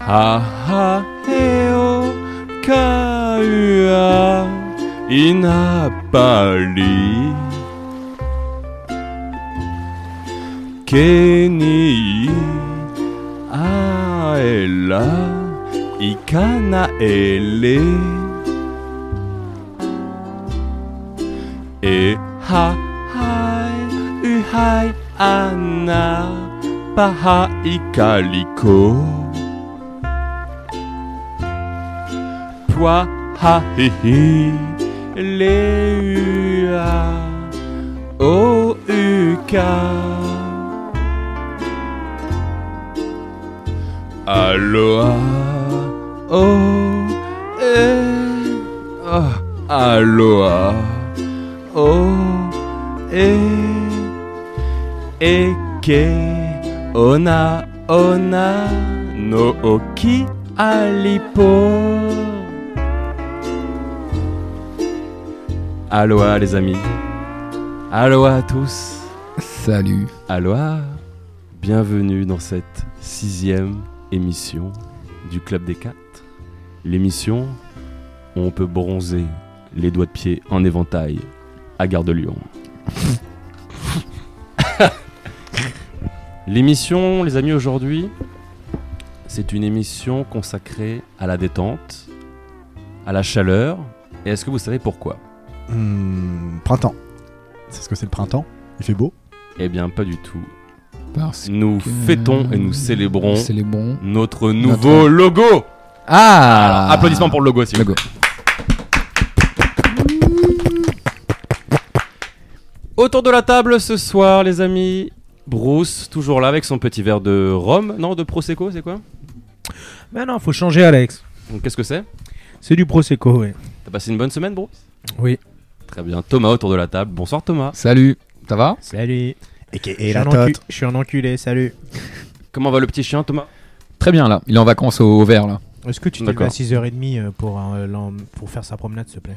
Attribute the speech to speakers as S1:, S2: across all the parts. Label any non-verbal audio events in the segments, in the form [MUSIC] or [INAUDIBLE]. S1: Ha ha he o ka ua ina pali ke ni aela ikana ele e ha hai u hai ana paha ikaliko ploa ha hi hi le ua o uka Aloha, oh, eh, ah, aloha, oh, eh, eke, ona, ona, no oki alipo. Aloha les amis, aloha à tous,
S2: Salut.
S1: aloha, bienvenue dans cette sixième émission du Club des Quatre. L'émission où on peut bronzer les doigts de pied en éventail à Gare de Lyon. [LAUGHS] L'émission, les amis, aujourd'hui, c'est une émission consacrée à la détente, à la chaleur. Et est-ce que vous savez pourquoi
S3: Hmm, printemps. C'est ce que c'est le printemps. Il fait beau.
S1: Eh bien, pas du tout.
S2: Parce
S1: Nous
S2: que-
S1: fêtons et nous célébrons
S2: C'est les bons.
S1: notre nouveau logo.
S2: Ah
S1: Alors, applaudissements pour le logo, s'il vous
S2: Logo.
S1: Mmh. Autour de la table ce soir, les amis. Bruce, toujours là avec son petit verre de rhum. Non, de Prosecco, c'est quoi
S4: Mais non, faut changer, Alex.
S1: Donc, Qu'est-ce que c'est
S4: C'est du Prosecco, ouais.
S1: T'as passé une bonne semaine, Bruce
S4: Oui.
S1: Très bien. Thomas, autour de la table. Bonsoir, Thomas.
S2: Salut, ça va
S4: Salut.
S3: Et,
S4: je, suis
S3: la
S4: un encu-
S3: tote.
S4: je suis un enculé, salut.
S1: Comment va le petit chien, Thomas
S2: Très bien là, il est en vacances au, au vert là.
S4: Est-ce que tu t'es levé
S1: D'accord.
S4: à 6h30 euh, pour, euh, l'en- pour faire sa promenade, s'il te plaît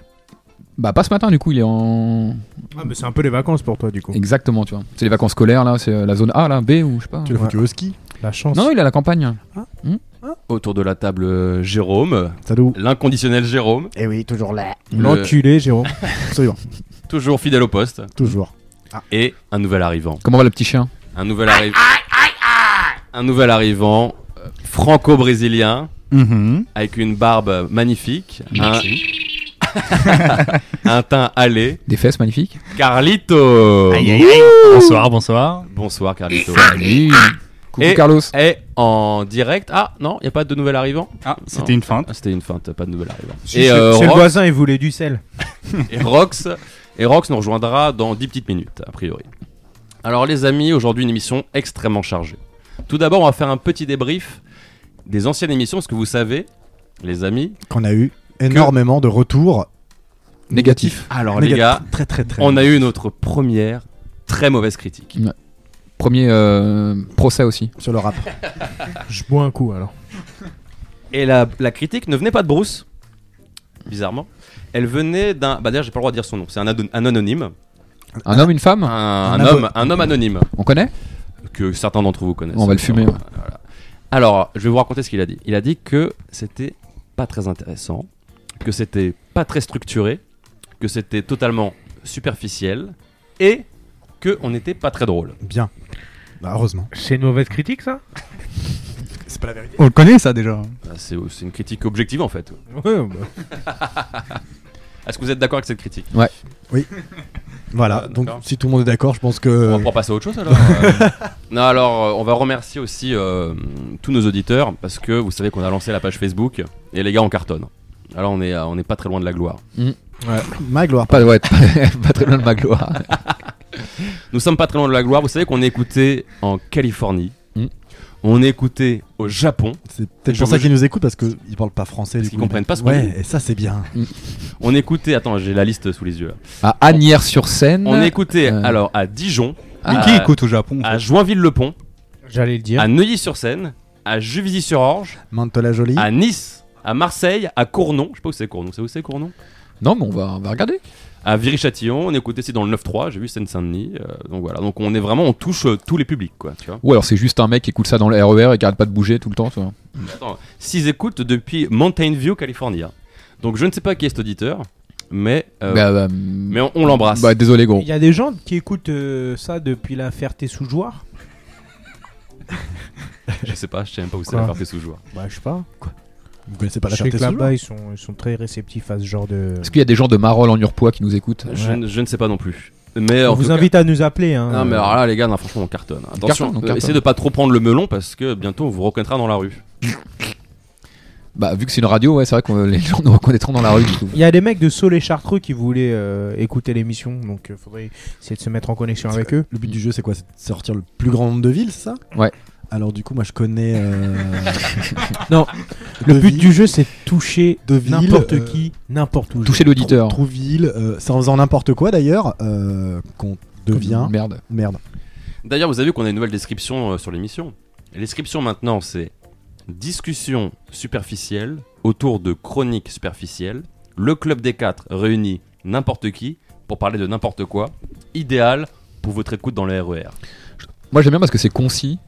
S2: Bah pas ce matin du coup, il est en...
S4: Ah, mais c'est un peu les vacances pour toi, du
S1: Oh.
S4: coup.
S2: Exactement, tu vois. C'est les vacances scolaires là, c'est euh, la zone A là, B ou je sais pas.
S3: Tu l'as foutu au ski.
S4: La chance.
S2: Non, il est à la campagne.
S1: Autour de la table, euh, Jérôme.
S3: Salut.
S1: L'inconditionnel Jérôme.
S3: Et Eh oui, toujours là.
S2: Le-
S4: L'enculé,
S3: [LAUGHS]
S4: Jérôme.
S3: Absolument.
S1: Toujours fidèle au poste.
S3: toujours.
S1: Et un nouvel arrivant.
S2: Comment va le petit chien
S1: Un nouvel arrivant. Un nouvel arrivant euh, franco-brésilien.
S3: Mm-hmm.
S1: avec une barbe magnifique, un, un [LAUGHS] teint allé.
S2: Des fesses magnifiques
S1: Carlito
S5: Bonsoir, bonsoir. Ah.
S1: Bonsoir Carlito.
S2: Salut Coucou
S1: Et-
S2: Carlos
S1: Et en direct, ah non, il n'y a pas de nouvel arrivant
S5: Ah,
S1: non.
S5: c'était une feinte.
S1: Ah, C'était une feinte, pas de nouvel arrivant.
S4: Si,
S1: Et,
S4: c'est
S1: euh,
S4: c'est le
S1: Rox-
S4: voisin, il voulait du sel.
S1: et Rox, et Rox nous rejoindra dans 10 petites minutes, a priori. Alors les amis, aujourd'hui une émission extrêmement chargée. Tout d'abord, on va faire un petit débrief des anciennes émissions, parce que vous savez, les amis,
S3: Qu'on a eu énormément de retours.
S2: Négatif.
S1: alors les
S3: Négatif.
S1: gars,
S3: Très, très, très.
S1: on a eu notre première très mauvaise critique.
S2: Premier euh, procès aussi.
S3: Sur le rap.
S4: Je bois un coup, alors.
S1: Et la, la critique ne venait pas de Bruce, bizarrement. Elle venait d'un. Bah d'ailleurs, j'ai pas le droit de dire son nom. C'est un, ado- un anonyme,
S2: Ah. Un homme, une
S1: un,
S2: femme
S1: un
S3: abo-
S1: homme, un homme anonyme
S2: On connaît
S1: que certains d'entre vous connaissent.
S2: On va le fumer, ouais.
S1: Voilà. Alors, je vais vous raconter ce qu'il a dit. Il a dit que c'était pas très intéressant, que c'était pas très structuré, que c'était totalement superficiel et que on n'était pas très drôle.
S3: Bien. Bah, heureusement.
S4: C'est une mauvaise critique, ça
S3: C'est pas la vérité.
S5: On le connaît ça déjà.
S1: Bah, C'est c'est une critique objective en fait.
S4: Ouais, bah.
S1: Est-ce que vous êtes d'accord avec cette critique
S3: Voilà.
S1: Ah,
S3: donc,
S1: d'accord.
S3: si tout le monde est d'accord, je pense
S1: On va
S3: que.
S1: pouvoir passer à autre chose alors. Euh, non, alors euh, on va remercier aussi euh, tous nos auditeurs parce que vous savez qu'on a lancé la page Facebook et les gars on cartonne. Alors on est à- on n'est pas très loin de la gloire.
S3: Ma gloire.
S2: Pas, ouais, [LAUGHS] pas très loin de ma gloire.
S1: Nous sommes pas très loin de la gloire. Vous savez qu'on est écouté en Californie,
S2: Mm.
S1: on est écouté au Japon,
S3: C'est peut-être
S1: Je
S3: pour ça
S1: vous-
S3: qu'ils nous écoutent parce qu'ils parlent pas français.
S1: Parce
S3: du
S1: qu'ils
S3: coup,
S1: comprennent
S3: mais-
S1: pas ce qu'on
S3: Ouais, et ça, c'est bien.
S1: on est écouté. Attends, j'ai la liste sous les yeux. là.
S2: À Agnières-sur-Seine.
S1: On est écouté
S2: Euh.
S1: alors à Dijon,
S2: Ah.
S5: Mais qui écoute au Japon
S1: à Joinville-le-Pont,
S4: J'allais le dire.
S1: à Neuilly-sur-Seine, à Juvisy-sur-Orge,
S3: Mantola jolie.
S1: Ah. à Nice, à Marseille, à Cournon. Je sais pas où c'est Cournon. C'est où c'est Cournon
S2: Non, mais on va, on va regarder.
S1: À Viry-Châtillon, on est côté, c'est dans le 9-3, j'ai vu Seine-Saint-Denis. euh, donc voilà, donc on est vraiment, on touche euh, tous les publics, quoi, tu vois.
S2: Ou alors c'est juste un mec qui écoute ça dans le RER et qui arrête pas de bouger tout le temps. tu vois.
S5: Mm.
S1: Attends, s'ils écoutent depuis Mountain View, Californie. hein. Donc je ne sais pas qui est cet auditeur, mais, euh,
S2: Bah, bah,
S1: mais on, on l'embrasse.
S2: Bah désolé gros.
S4: Il y a des gens qui écoutent euh, ça depuis la Ferté-sous-Jouarre.
S1: Je sais pas, je hein. sais même pas où c'est
S4: Quoi
S1: la Ferté sous-joie.
S4: Bah, je sais pas.
S3: Vous connaissez pas la
S4: je sais
S3: ferté
S4: que
S3: sous
S4: là-bas, ils sont, ils sont très réceptifs à ce genre de.
S2: Est-ce qu'il y a des gens de Marolles en Urpois qui nous écoutent
S1: Je, ne- je ne sais pas non plus. Mais
S4: On
S1: en tout
S4: vous
S1: cas-
S4: invite à nous appeler. Hein.
S1: Non mais alors là les gars, non, franchement on cartonne. Attention,
S2: cartonne, on
S1: euh,
S2: cartonne.
S1: essayez de pas trop prendre le melon parce que bientôt on vous reconnaîtra dans la rue.
S2: Bah vu que c'est une radio, ouais, c'est vrai que les gens nous reconnaîtront dans la rue du coup.
S4: Il y a des mecs de Saul et Chartreux qui voulaient euh, écouter l'émission, donc il faudrait essayer de se mettre en connexion
S3: C'est
S4: avec eux.
S3: Le but du jeu, c'est quoi C'est de sortir le plus grand nombre de villes, c'est ça
S2: Ouais.
S3: Alors du coup, moi, je connais.
S4: [LAUGHS]
S3: euh,
S4: Non, Le but
S3: Deauville,
S4: du jeu, c'est de toucher
S3: Deauville,
S4: n'importe
S3: euh,
S4: qui, n'importe où.
S2: Toucher l'auditeur.
S3: Trou- Trouville, euh, c'est en faisant n'importe quoi d'ailleurs euh, qu'on devient
S2: Merde.
S3: merde.
S1: D'ailleurs vous avez vu qu'on a une nouvelle description euh, sur l'émission. La description maintenant c'est discussion superficielle autour de chroniques superficielles. Le club des quatre réunit n'importe qui pour parler de n'importe quoi. Idéal pour votre écoute dans le RER.
S2: Moi j'aime bien parce que c'est concis.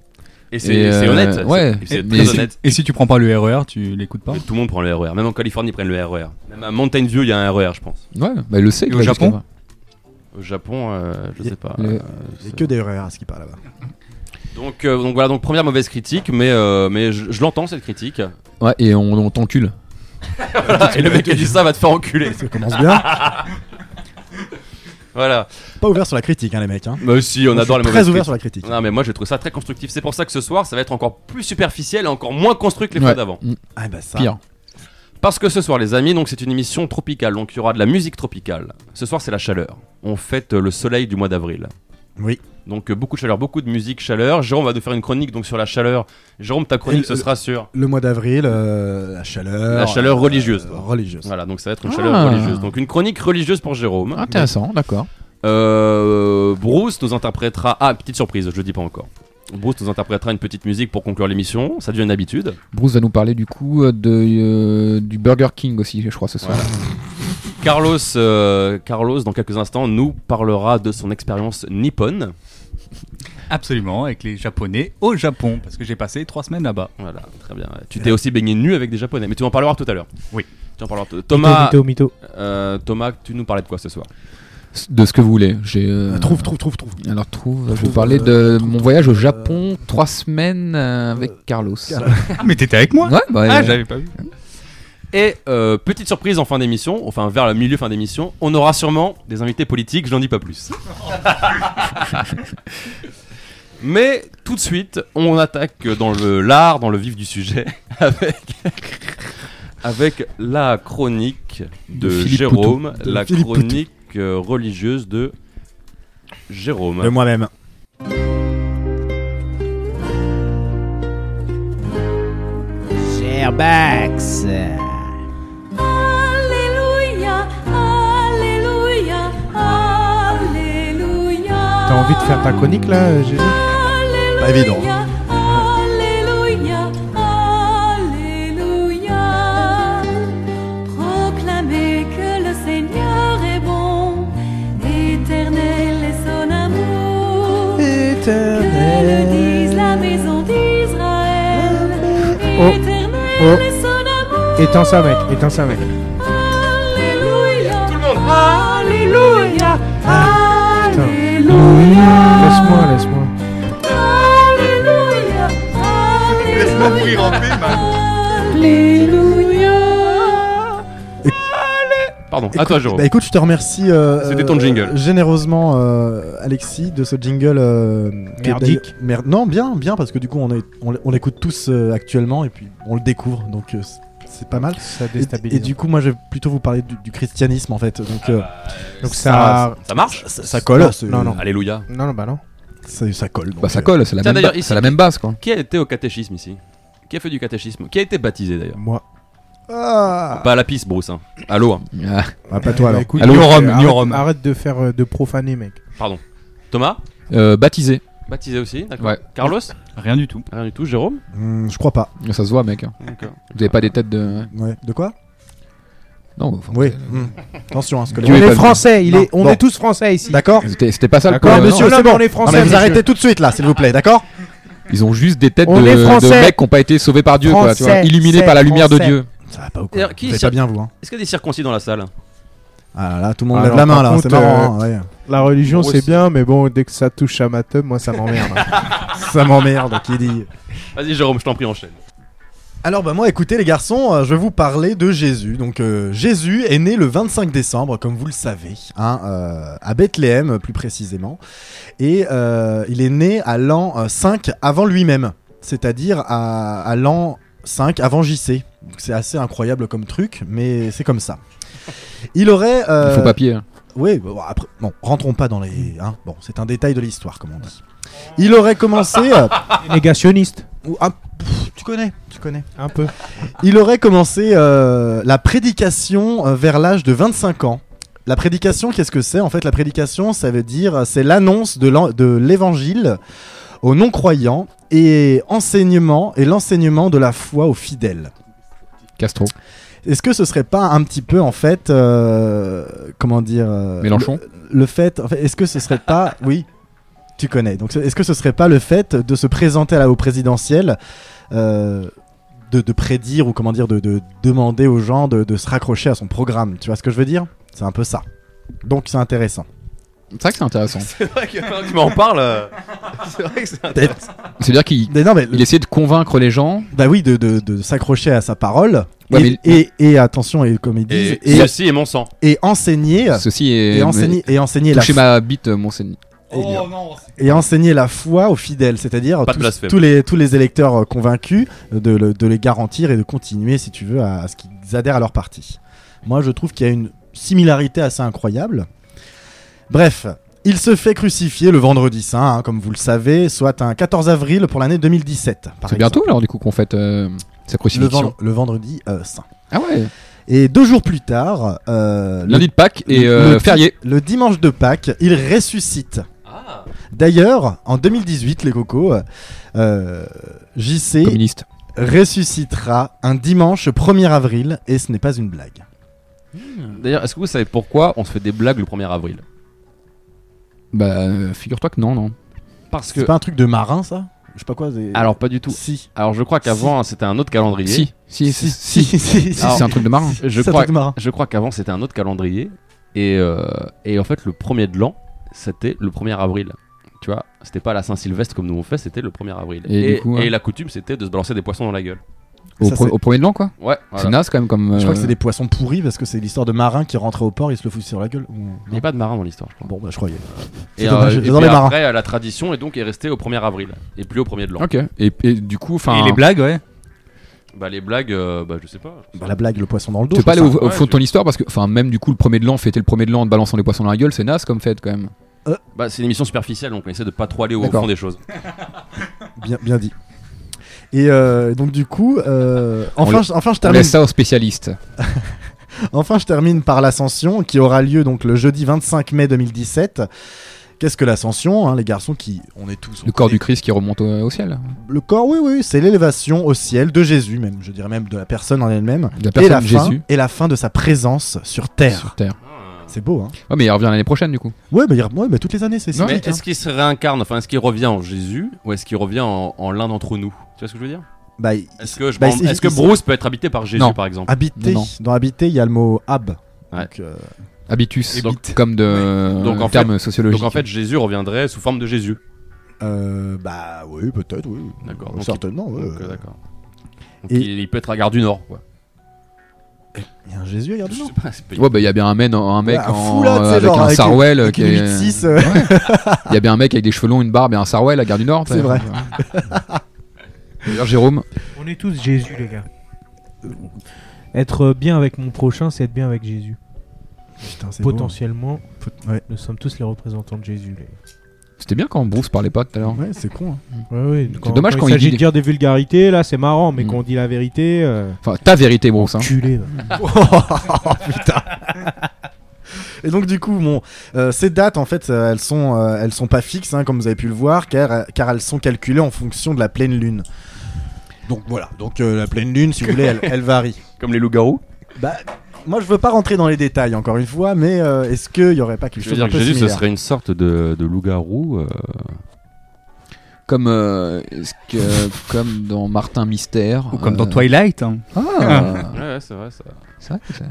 S1: Et c'est
S2: Et,
S1: c'est
S2: euh,
S1: honnête. c'est-
S2: ouais.
S1: c'est
S2: Et-
S1: très
S2: mais-
S1: honnête.
S5: Et si tu prends pas le RER, tu l'écoutes pas
S1: Mais tout le monde prend le RER. Même en Californie, ils prennent le RER. Même à Mountain View, il y a un RER, je pense.
S2: Ouais, bah il le sait.
S5: Et
S2: que
S5: au
S2: là,
S5: Japon
S2: jusqu'à-
S1: Au Japon, euh, je
S3: Y-
S1: sais pas.
S2: le-
S1: euh,
S3: Il y a
S1: c'est-
S3: que des RER à ce qui parle là-bas.
S1: donc, euh, donc voilà, donc première mauvaise critique, mais, euh, mais je, je l'entends cette critique.
S2: Ouais, et on, on t'encule.
S1: [LAUGHS] et le mec qui dit ça va te faire enculer.
S3: Ça commence bien.
S1: [LAUGHS]
S4: [LAUGHS]
S1: Voilà.
S3: Pas ouvert sur la critique, hein, les mecs. Hein.
S1: Bah aussi, on
S3: Je
S1: adore
S3: suis
S1: les mauvaises
S3: Très ouvert
S1: critiques.
S3: sur la critique.
S1: Non mais moi je trouve ça très constructif. C'est pour ça que ce soir ça va être encore plus superficiel et encore moins construit que les fois
S2: Ouais.
S1: d'avant.
S2: Mm,
S3: Ah bah ça.
S2: Pire.
S1: Parce que ce soir, les amis, donc c'est une émission tropicale, donc il y aura de la musique tropicale. Ce soir, c'est la chaleur. On fête euh, le soleil du mois d'avril.
S3: Oui.
S1: Donc euh, beaucoup de chaleur, beaucoup de musique, chaleur. Jérôme va nous faire une chronique donc sur la chaleur. Jérôme, ta chronique,
S3: Et
S1: ce
S3: le-
S1: sera sur
S3: Le mois d'avril, euh, la chaleur.
S1: La chaleur
S3: euh,
S1: religieuse.
S3: religieuse.
S1: voilà, donc ça va être une
S2: Ah.
S1: chaleur religieuse. Donc une chronique religieuse pour Jérôme.
S3: Ah.
S2: Intéressant, d'accord.
S1: Euh, Bruce nous interprétera. Ah, petite surprise, je le dis pas encore. Bruce nous interprétera une petite musique pour conclure l'émission. Ça devient une habitude.
S2: Bruce va nous parler du coup euh, de, euh, du Burger King aussi, je crois, ce soir.
S1: Carlos, euh, Carlos, dans quelques instants, nous parlera de son expérience nippone.
S5: Absolument, avec les Japonais au Japon, parce que j'ai passé trois semaines là-bas.
S1: Voilà, très bien. Tu
S3: Euh.
S1: t'es aussi baigné nu avec des Japonais, mais tu en parleras tout à l'heure.
S5: Oui.
S1: Tu en parleras. tout-
S4: Mytho,
S1: Thomas,
S4: mytho, mytho.
S1: euh, Thomas, tu nous parlais de quoi ce soir
S2: De ce que vous voulez. J'ai, euh,
S3: Euh, Trouve, trouve, trouve, trouve.
S2: Alors trouve, je vais
S3: Trouve,
S2: vous parler
S3: euh,
S2: de
S3: trouve,
S2: mon
S3: trouve,
S2: voyage au
S3: euh,
S2: Japon, trois semaines euh,
S3: euh,
S2: avec Carlos.
S3: Carlos.
S5: Ah, mais t'étais avec moi
S2: Ouais, bah,
S5: Ah,
S2: euh,
S5: j'avais pas vu.
S1: Et euh, petite surprise en fin d'émission, enfin vers le milieu fin d'émission, on aura sûrement des invités politiques, je n'en dis pas
S3: [LAUGHS]
S1: plus. Mais tout de suite, on attaque dans le l'art, dans le vif du sujet, [LAUGHS] avec, avec la chronique de,
S2: De Philippe
S1: Jérôme,
S3: Poutou. De
S1: la
S3: Philippe Poutou.
S1: chronique euh, religieuse de Jérôme.
S3: De moi-même.
S4: Gerbax.
S6: Alléluia, Alléluia, Alléluia.
S4: T'as envie de faire ta chronique là, euh, Gégé
S6: Alléluia,
S3: Pas évident.
S6: Alléluia, Alléluia. Proclamez que le Seigneur est bon, éternel est son amour. Que le dise la maison d'Israël,
S4: Oh,
S6: éternel
S4: oh.
S6: est son amour.
S4: Éteins ça, mec, éteins ça, mec.
S6: Alléluia. Tout le monde. Alléluia. Alléluia.
S4: Laisse-moi, laisse-moi.
S6: Alléluia. Laisse-moi mourir en paix, Alléluia.
S1: Pardon, à
S3: Écoute-
S1: toi Jérôme.
S3: Bah écoute, je te remercie. euh,
S1: C'était ton
S3: euh,
S1: jingle.
S3: généreusement, euh, Alexis, de ce jingle. euh, qui est
S4: Merdique.
S3: d'ailleurs- mer- non, bien, bien, parce que du coup, on, est- on, l- on l'écoute tous euh, actuellement et puis on le découvre, donc euh, c'est- c'est pas mal.
S4: Ça
S3: Et,
S4: déstabilise.
S3: et du coup, moi, je vais plutôt vous parler du, du christianisme en fait. Donc, euh,
S4: Donc ça.
S1: Ça marche
S3: ça, ça colle.
S4: Non,
S3: c'est-
S4: non, non.
S1: Alléluia.
S4: Non, non, bah non.
S3: Ça, ça colle.
S2: bah,
S3: donc,
S2: ça
S3: euh,
S2: colle, c'est la,
S1: Tiens,
S2: même,
S1: d'ailleurs,
S2: ba-
S1: ici-
S2: c'est la même base
S1: [LAUGHS]
S2: quoi.
S1: Qui a été au catéchisme ici Qui a fait du catéchisme Qui a été baptisé d'ailleurs
S4: Moi.
S3: Ah,
S1: Pas à la pisse, Bruce. Hein. À l'eau. hein.
S2: Ah,
S3: bah, pas toi
S4: Bah,
S3: alors.
S4: écoute,
S5: Allô,
S4: euh,
S5: Rome,
S4: arrête-
S5: New Rome.
S4: Arrête de faire euh, de profaner, mec.
S1: Pardon. Thomas
S2: euh, baptisé,
S1: Baptisé aussi, d'accord.
S2: Ouais.
S1: Carlos
S5: Rien du tout.
S1: Rien du tout, Jérôme
S3: Hmm, je crois pas.
S2: hein. ça se voit mec. Vous avez pas des têtes de.
S3: Ouais. De quoi
S2: Non, bah, enfin,
S3: Oui. Mm. Attention, hein, ce que
S2: Dieu
S4: on
S2: est
S4: est
S2: pas
S4: français, il
S3: Non,
S4: est, on
S3: bon.
S4: est tous français ici.
S3: D'accord
S2: c'était c'était pas ça le
S4: D'accord,
S2: problème.
S4: monsieur,
S2: non.
S4: c'est bon, on est
S3: Non,
S4: français.
S3: mais vous
S4: monsieur.
S3: arrêtez tout de suite là, s'il vous plaît, d'accord
S2: hein. Ils ont juste des têtes de,
S4: On est
S2: de
S4: français.
S2: mecs qui n'ont pas été sauvés par Dieu, quoi, tu vois,
S4: Français,
S2: illuminés par la lumière
S4: français.
S2: de Dieu.
S3: Ça va pas au
S1: D'ailleurs, qui
S3: Vous
S1: est
S3: allez
S1: cir-
S3: pas bien vous. Hein.
S1: Est-ce qu'il y a des circoncis dans la salle
S3: Ah là là, tout le monde
S4: Ah
S3: lève
S4: non,
S3: la main
S4: par
S3: là, c'est
S4: contre,
S3: marrant. hein, ouais.
S4: La religion,
S1: Moi
S4: c'est
S1: aussi.
S4: bien, mais bon, dès que ça touche à ma teub, moi, ça m'emmerde. hein.
S3: Ça m'emmerde qui dit.
S1: Vas-y, Jérôme, je t'en prie, enchaîne.
S3: Alors bah moi écoutez les garçons, euh, je vais vous parler de Jésus. Donc euh, Jésus est né le 25 décembre, comme vous le savez, hein, euh, à Bethléem euh, plus précisément. Et euh, il est né à l'an euh, 5 avant lui-même, c'est-à-dire à, à l'an 5 avant JC. Donc, C'est assez incroyable comme truc, mais c'est comme ça. Il aurait...
S2: Il
S3: euh,
S2: faut papier. hein.
S3: oui, bon, après, bon, rentrons pas dans les. hein, bon, c'est un détail de l'histoire, comme on dit. Il aurait commencé. euh,
S4: Négationniste,
S3: ou- ah, pff, tu connais, tu connais.
S4: un peu.
S3: Il aurait commencé euh, la prédication euh, vers l'âge de 25 ans. La prédication, qu'est-ce que c'est En fait, la prédication, ça veut dire, euh, c'est l'annonce de l'en- de l'évangile aux non-croyants et enseignement et l'enseignement de la foi aux fidèles.
S2: Castro,
S3: Est-ce que ce serait pas un petit peu en fait, euh, comment dire, euh,
S2: Mélenchon.
S3: le, le fait, en fait, est-ce que ce serait
S2: [LAUGHS]
S3: pas, oui, tu connais. Donc est-ce que ce serait pas le fait de se présenter à la au présidentielle, euh, de, de prédire ou comment dire, de, de demander aux gens de, de se raccrocher à son programme. Tu vois ce que je veux dire C'est un peu ça. Donc c'est intéressant.
S2: C'est vrai que c'est intéressant.
S1: [LAUGHS] C'est vrai que maintenant que tu m'en parles. euh, [LAUGHS] C'est vrai que c'est un-
S2: C'est-à-dire qu'il
S3: Mais non mais
S2: il essayait de convaincre les gens.
S3: bah oui, de, de- de s'accrocher à sa parole.
S2: Ouais,
S3: et, et, et attention et comme ils disent,
S1: Et
S3: et,
S1: ceci est mon sang.
S3: et enseigner.
S2: Ceci est.
S3: Et enseigner, et enseigner la
S2: Toucher ma bite, euh, mon seigneur.
S5: Oh non, c'est-
S3: et enseigner la foi aux fidèles, c'est-à-dire
S1: Pas de
S3: tous,
S1: blasphème.
S3: tous les, tous les électeurs euh, convaincus, euh, de, le- de les garantir et de continuer, si tu veux, à, à ce qu'ils adhèrent à leur parti. Moi, je trouve qu'il y a une similarité assez incroyable. Bref, il se fait crucifier le vendredi saint, hein, comme vous le savez, soit un 14 avril pour l'année 2017. par
S2: C'est
S3: exemple.
S2: bientôt alors du coup qu'on fête euh, sa
S3: le,
S2: crucifixion.
S3: vend- le vendredi euh, saint.
S2: Ah ouais.
S3: Et deux jours plus tard, euh, le,
S2: Lundi de Pâques et
S3: le-
S2: euh,
S3: le-
S2: férié.
S3: le dimanche de Pâques, il ressuscite.
S1: Ah,
S3: D'ailleurs, en 2018, les cocos, euh, JC
S2: Communiste.
S3: ressuscitera un dimanche 1er avril et ce n'est pas une blague.
S1: D'ailleurs, est-ce que vous savez pourquoi on se fait des blagues le 1er avril
S2: Bah euh, figure-toi que non non.
S1: Parce que.
S3: C'est pas un truc de marin ça Je sais pas quoi. des-
S1: Alors, pas du tout.
S3: si.
S1: Alors, je crois qu'avant, c'était un autre calendrier.
S2: Si si si.
S3: si, si,
S2: Si,
S3: si,
S2: c'est un truc de marin.
S1: Je
S3: C'est un
S1: crois,
S3: truc de marin.
S1: je crois qu'avant, c'était un autre calendrier. Et, euh, et en fait, le premier de l'an, c'était le 1er avril. Tu vois, c'était pas la Saint-Sylvestre comme nous on fait, c'était le 1er avril.
S2: Et du coup, ouais.
S1: et la coutume, c'était de se balancer des poissons dans la gueule.
S2: Au,
S3: Ça,
S2: pro-
S3: c'est-
S2: au premier de l'an quoi.
S1: Ouais, voilà.
S2: C'est naze quand même comme.
S3: Je crois que
S2: euh,
S3: c'est des poissons pourris parce que c'est l'histoire de marins qui rentraient au port, ils se le foutent sur la gueule. Ou- non
S1: Il n'y a pas de marin dans l'histoire, je crois.
S3: Bon bah je croyais. C'est
S1: Et,
S3: dommage,
S1: euh, et
S3: j'adore
S1: puis
S3: les marins.
S1: après, la tradition est donc est restée au 1er avril et plus au 1er de l'an.
S2: Ok. Et, et du coup enfin.
S5: Et les blagues, ouais.
S1: Bah, les blagues, euh, bah, je sais pas.
S3: Bah, la blague, le poisson dans le dos.
S2: Tu peux pas aller
S3: je
S2: au,
S3: trouve
S2: au fond
S1: Ouais,
S2: de ton histoire parce que, enfin, même du coup, le premier de l'an, fêter le premier de l'an en te balançant les poissons dans la gueule, c'est naze comme fête quand même.
S1: Bah, c'est une émission superficielle, donc on essaie de pas trop aller au
S2: D'accord.
S1: fond des choses.
S3: ça bien, bien dit. Et euh, donc du coup, euh, enfin, je, enfin je
S2: On
S3: termine
S2: laisse ça aux spécialistes.
S3: Enfin, je termine par l'Ascension qui aura lieu donc le jeudi 25 mai 2017. Qu'est-ce que l'Ascension hein, Les garçons qui, on est tous. on
S2: Le corps du
S3: connaît-
S2: Christ qui remonte au, au ciel.
S3: Le corps, oui, oui, c'est l'élévation au ciel de Jésus, même, je dirais même de la personne en elle-même.
S2: De la
S3: Et
S2: personne
S3: la,
S2: de
S3: fin,
S2: Jésus
S3: et la fin de sa présence sur
S2: sur
S3: terre.
S2: terre.
S3: C'est beau, hein
S2: Ouais, mais il revient l'année prochaine du coup.
S3: Ouais, mais, il- ouais, mais toutes les années, c'est
S2: Non,
S1: Mais
S3: cyclique.
S1: est-ce qu'il se réincarne, enfin, est-ce qu'il revient en Jésus ou est-ce qu'il revient en, en l'un d'entre nous Tu vois ce que je veux dire
S3: hein. Bah, il-
S1: Est-ce que, je
S3: Bah,
S1: m'en-
S3: il-
S1: est-ce que
S3: il-
S1: Bruce peut être habité par Jésus,
S2: Non.
S1: par exemple
S3: habiter,
S2: Non, non.
S3: dans habiter, il y a le mot ab.
S1: Ouais.
S3: Donc, euh,
S2: Habitus,
S1: Et bite.
S2: comme de
S1: Donc, en
S2: terme
S1: Donc
S2: sociologique.
S1: en fait, Jésus reviendrait sous forme de Jésus.
S3: euh, bah oui, peut-être, oui.
S1: D'accord.
S3: Euh,
S1: Donc,
S3: Certainement, ouais.
S1: Donc, euh, d'accord. Donc,
S3: Et-
S1: il, il peut être à Gare du Nord, quoi.
S3: Il y a un Jésus, regarde.
S1: Je sais pas, c'est pas-
S2: Ouais, bah il y a bien un, mec- un mec
S3: Ouais, un
S2: en-
S3: fou, là, tu sais,
S2: avec
S3: genre,
S2: un
S3: avec les-
S2: sarouel
S3: avec
S2: qui
S3: les
S2: est-
S3: 8-6, euh.
S2: Ouais. Il y a bien un mec avec des cheveux longs, une barbe et un sarouel à Gare du Nord.
S3: C'est
S2: t'as-
S3: vrai.
S2: D'ailleurs, Jérôme,
S4: On est tous Jésus, les gars. Euh, Être bien avec mon prochain, c'est être bien avec Jésus.
S3: Putain, c'est beau.
S4: Potentiellement,
S3: Ouais.
S4: nous sommes tous les représentants de Jésus. les gars.
S2: c'était bien quand Bruce parlait pas tout à l'heure.
S3: Ouais, c'est con. hein. [LAUGHS]
S4: Ouais, ouais,
S2: dommage quand
S4: il
S2: il
S4: s'agit
S2: dit-
S4: de dire des vulgarités, là c'est marrant, mais
S2: Mm.
S4: quand on dit la vérité, euh,
S2: Enfin, ta vérité, Bruce. hein.
S4: culé. va.
S3: Oh, Et donc du coup, bon, euh, ces dates en fait, euh, elles sont, euh, elles sont pas fixes, hein, comme vous avez pu le voir, car, car elles sont calculées en fonction de la pleine lune. Donc voilà, donc euh, la pleine lune, si vous voulez, elle, elle varie.
S1: Comme les loups-garous
S3: [LAUGHS] Bah, moi je veux pas rentrer dans les détails encore une fois, mais euh, est-ce qu'il y aurait pas quelque
S1: Je
S3: chose
S1: veux
S3: de
S1: dire que
S3: peu
S1: Jésus, ce
S3: similaire
S1: serait une sorte de, de loup-garou. euh,
S2: Comme, euh, est-ce que, [LAUGHS] comme dans Martin Mystère.
S5: Ou comme dans
S2: euh,
S5: Twilight. hein.
S2: Ah,
S1: Ouais, ouais, c'est vrai, ça.
S2: c'est vrai que ça-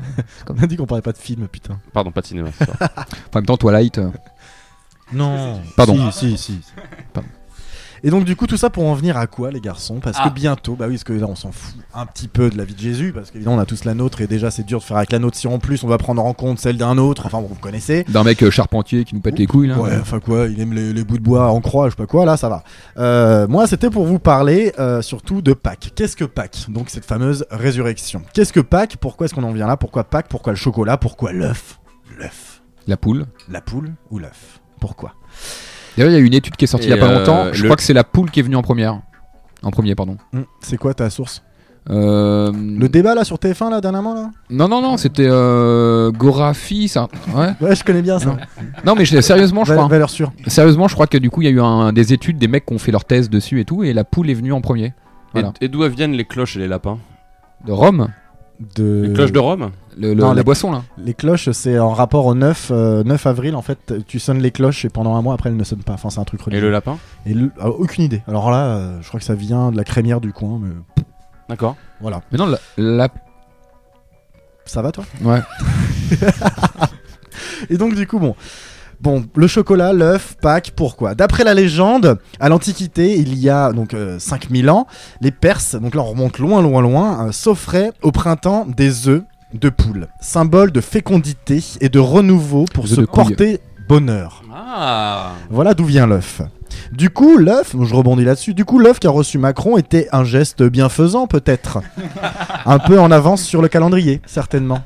S3: [LAUGHS] On a dit qu'on parlait pas de film, putain.
S1: Pardon, pas de cinéma. c'est vrai.
S2: En même temps, Twilight. euh,
S4: Non.
S2: Pardon.
S3: Si, si, si.
S2: Pardon.
S3: Et donc du coup tout ça pour en venir à quoi les garçons Parce
S5: Ah.
S3: que bientôt, bah oui, parce que là on s'en fout un petit peu de la vie de Jésus, parce qu'évidemment on a tous la nôtre et déjà c'est dur de faire avec la nôtre si en plus on va prendre en compte celle d'un autre, enfin bon, vous connaissez.
S2: D'un mec euh, charpentier qui nous pète les couilles, là.
S3: Ouais, enfin quoi, il aime les, les bouts de bois en croix, je sais pas quoi, là ça va. Euh, moi c'était pour vous parler euh, surtout de Pâques. Qu'est-ce que Pâques Donc cette fameuse résurrection. Qu'est-ce que Pâques Pourquoi est-ce qu'on en vient là Pourquoi Pâques Pourquoi le chocolat Pourquoi l'œuf L'œuf.
S2: La poule.
S3: La poule ou l'œuf Pourquoi
S2: D'ailleurs, il y a eu une étude qui est sortie
S1: Et
S2: il y a pas
S1: euh,
S2: longtemps. Je
S1: le-
S2: crois que c'est la poule qui est venue en première. En premier, pardon.
S3: Hum, C'est quoi ta source
S2: Euh,
S3: Le débat là sur TF1 là dernièrement là
S2: Non, non, non, c'était euh, Gorafi, ça. Ouais.
S3: Ouais, je connais bien ça.
S2: Non, mais je- sérieusement, je
S3: Val-
S2: crois.
S3: valeur sûre.
S2: Sérieusement, je crois que du coup, il y a eu un, des études, des mecs qui ont fait leur thèse dessus et tout, et la poule est venue en premier. Voilà.
S1: Et, et d'où viennent les cloches et les lapins
S2: De Rome,
S3: De...
S1: Les cloches de Rome
S2: le, le-
S3: Non,
S2: la
S3: les-
S2: boisson là.
S3: Les cloches, c'est en rapport au 9, euh, 9 avril. En fait, tu sonnes les cloches et pendant un mois après, elles ne sonnent pas. Enfin, c'est un truc
S1: Et
S3: religieux.
S1: le lapin
S3: Et le- ah, aucune idée. Alors là, euh, je crois que ça vient de la crémière du coin, mais
S1: D'accord.
S3: voilà.
S2: Mais non, la, la-
S3: Ça va toi
S2: ouais.
S3: Et donc du coup, bon. Bon, le chocolat, l'œuf, Pâques, pourquoi D'après la légende, à l'Antiquité, il y a donc euh, 5000 ans, les Perses, donc là on remonte loin, loin, loin, euh, s'offraient au printemps des œufs de poule, symbole de fécondité et de renouveau pour
S2: Œufs
S3: se
S2: de couille.
S3: porter bonheur.
S1: Ah
S3: Voilà d'où vient l'œuf. Du coup, l'œuf, je rebondis là-dessus, du coup, l'œuf qu'a reçu Macron était un geste
S2: [LAUGHS]
S3: bienfaisant, peut-être. un peu en avance sur le calendrier, certainement.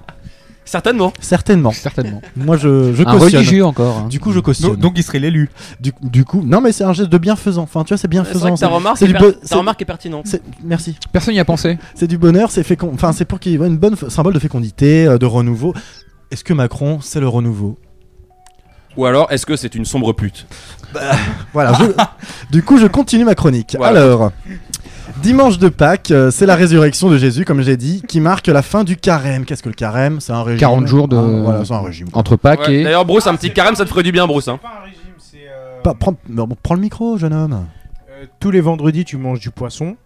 S1: Certainement
S3: Certainement.
S2: certainement.
S3: Moi, je, je
S2: un
S3: cautionne.
S2: religieux encore. hein.
S3: Du coup, je
S5: Donc-
S3: cautionne.
S5: donc il serait l'élu.
S3: du, du coup, non, mais c'est un geste de bienfaisant. Enfin, tu vois, c'est bienfaisant. c'est-
S1: remarque,
S3: c'est du bo- c'est-
S1: est pertinente.
S3: c'est- Merci.
S2: Personne n'y a pensé.
S3: C'est du bonheur, c'est fécond. Enfin, c'est pour qu'il y ait une bonne f- symbole de fécondité, euh, de renouveau. Est-ce que Macron, c'est le renouveau
S1: Ou alors, est-ce que c'est une sombre pute
S3: Voilà, je- du coup je continue ma chronique.
S1: Voilà.
S3: Alors, dimanche de Pâques, euh, c'est la résurrection de Jésus, comme j'ai dit, qui marque la fin du carême. Qu'est-ce que le carême C'est un régime.
S2: 40 jours de-
S3: Ah, voilà, c'est un régime. quoi.
S2: Entre Pâques
S1: Ouais,
S2: et.
S1: D'ailleurs, Bruce, un petit carême, ça te ferait du bien, Bruce. Hein.
S4: pas un régime, c'est. euh,
S3: Pa- prends, non, bon, prends le micro, jeune homme.
S4: tous les vendredis, tu manges du poisson.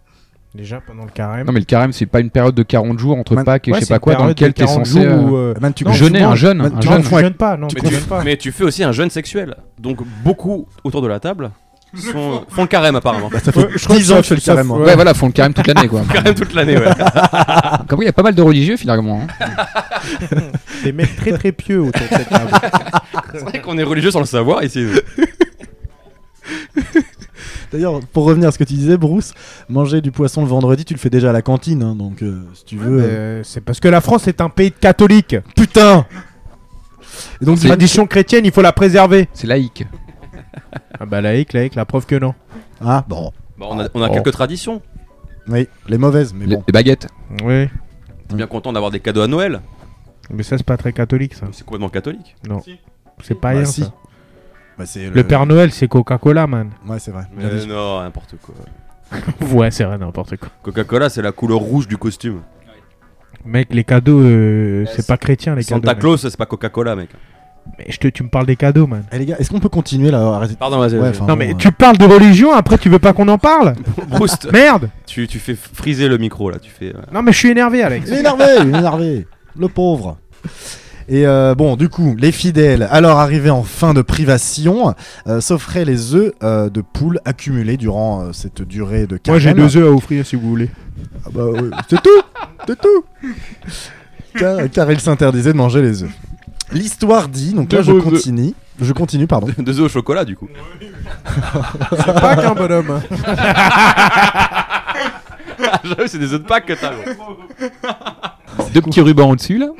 S4: Déjà pendant le carême.
S2: Non, mais le carême, c'est pas une période de 40 jours entre
S3: Man-
S2: Pâques et
S4: Ouais,
S2: je sais
S4: c'est
S2: pas quoi,
S4: une
S2: dans
S4: période de
S2: lequel t'es
S4: 40
S2: censé.
S4: jours
S2: euh,
S4: où, euh,
S3: Man, tu
S4: non,
S3: jeûnes,
S2: jeûner,
S4: tu
S2: un
S4: manges-
S2: jeûne.
S3: Man,
S2: un
S3: tu
S4: Non,
S2: jeûne.
S3: manges-
S4: tu
S3: Ouais.
S4: jeûnes pas, non, tu
S1: Mais tu-
S4: jeûnes pas.
S1: Mais tu fais aussi un jeûne sexuel. Donc, beaucoup autour de la table sont- font le carême, apparemment.
S3: Ça
S4: Ouais,
S3: fait
S4: je crois
S3: 10
S4: que
S3: ans
S4: ça-
S3: que je fais le
S4: ça-
S3: carême. moi.
S2: Ouais, voilà, font le carême toute l'année
S4: [LAUGHS]
S2: quoi.
S1: carême toute l'année, ouais.
S2: Comme quoi, il y a pas mal de religieux finalement. hein.
S4: Des mecs très très pieux autour de cette [LAUGHS] table.
S1: [LAUGHS] c'est vrai qu'on est religieux sans le savoir ici.
S3: D'ailleurs, pour revenir à ce que tu disais, Bruce, manger du poisson le vendredi, tu le fais déjà à la cantine, hein, donc euh, si tu veux. euh,
S4: Euh, c'est parce que la France est un pays de catholiques.
S3: Putain Et donc,
S2: C'est-
S3: du-
S4: Tradition chrétienne, il faut la préserver.
S2: C'est laïque.
S4: Ah bah laïque, laïque, la preuve que non.
S3: ah bon,
S1: Bon, Bah, on a, on a
S2: Oh.
S1: quelques traditions.
S3: oui, les mauvaises, mais
S2: Les,
S3: bon.
S2: les baguettes.
S4: Oui.
S1: T'es bien content d'avoir des cadeaux à Noël.
S4: Mais ça c'est pas très catholique ça.
S1: C'est complètement catholique.
S4: C'est pas
S3: Bah,
S4: rien
S3: si.
S4: ça.
S3: Bah, c'est
S4: Le Père Noël c'est Coca-Cola man.
S3: Ouais, c'est vrai. Bien
S1: Mais
S3: dit.
S1: non, n'importe quoi.
S4: [LAUGHS] ouais c'est rien n'importe quoi.
S1: Coca-Cola, c'est la couleur rouge du costume.
S4: Mec les cadeaux euh, c'est
S1: c'est-
S4: pas chrétien les
S1: Santa
S4: cadeaux. mec.
S1: Claus, c'est pas Coca-Cola, mec.
S4: Mais je te, tu me parles des cadeaux man.
S3: Eh, les gars, est-ce qu'on peut continuer là arrêtez-
S1: Pardon, vas-y.
S3: Ouais,
S1: vas-y. [LAUGHS]
S3: enfin,
S4: non
S3: bon,
S4: mais
S3: euh,
S4: tu parles de religion après tu veux pas qu'on en [LAUGHS] parle
S1: Bruce,
S4: Merde
S1: tu, tu fais friser le micro là. Tu fais. euh,
S4: Non mais je suis énervé Alex.
S3: Il est énervé, il est énervé. Le pauvre. Et euh, bon, du coup, les fidèles, alors arrivés en fin de privation, euh, s'offraient les œufs euh, de poule accumulés durant euh, cette durée de
S4: Moi
S3: carême.
S4: j'ai deux œufs à offrir si vous voulez.
S3: Ah bah, ouais, c'est tout, c'est tout. Car, car il s'interdisait de manger les œufs. L'histoire dit, donc là
S1: Deux
S3: je
S1: beaux œufs.
S3: continue, je continue, pardon.
S1: Deux œufs au chocolat, du coup.
S4: pas qu'un bonhomme.
S1: Ah, [LAUGHS] j'avoue, c'est des œufs de Pâques que t'as. gros.
S2: Deux petits rubans au-dessus là.
S3: [LAUGHS]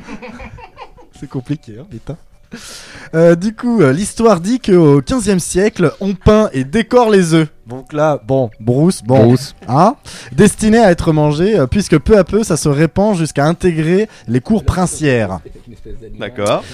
S3: C'est compliqué, hein, putain. Euh, du coup, euh, l'histoire dit qu'au 15e siècle, on peint et décore les œufs. Donc là, bon, Bruce, bon,
S2: Grosse.
S3: hein, destiné à être mangé, euh, puisque peu à peu, ça se répand jusqu'à intégrer les cours princières,
S1: D'accord.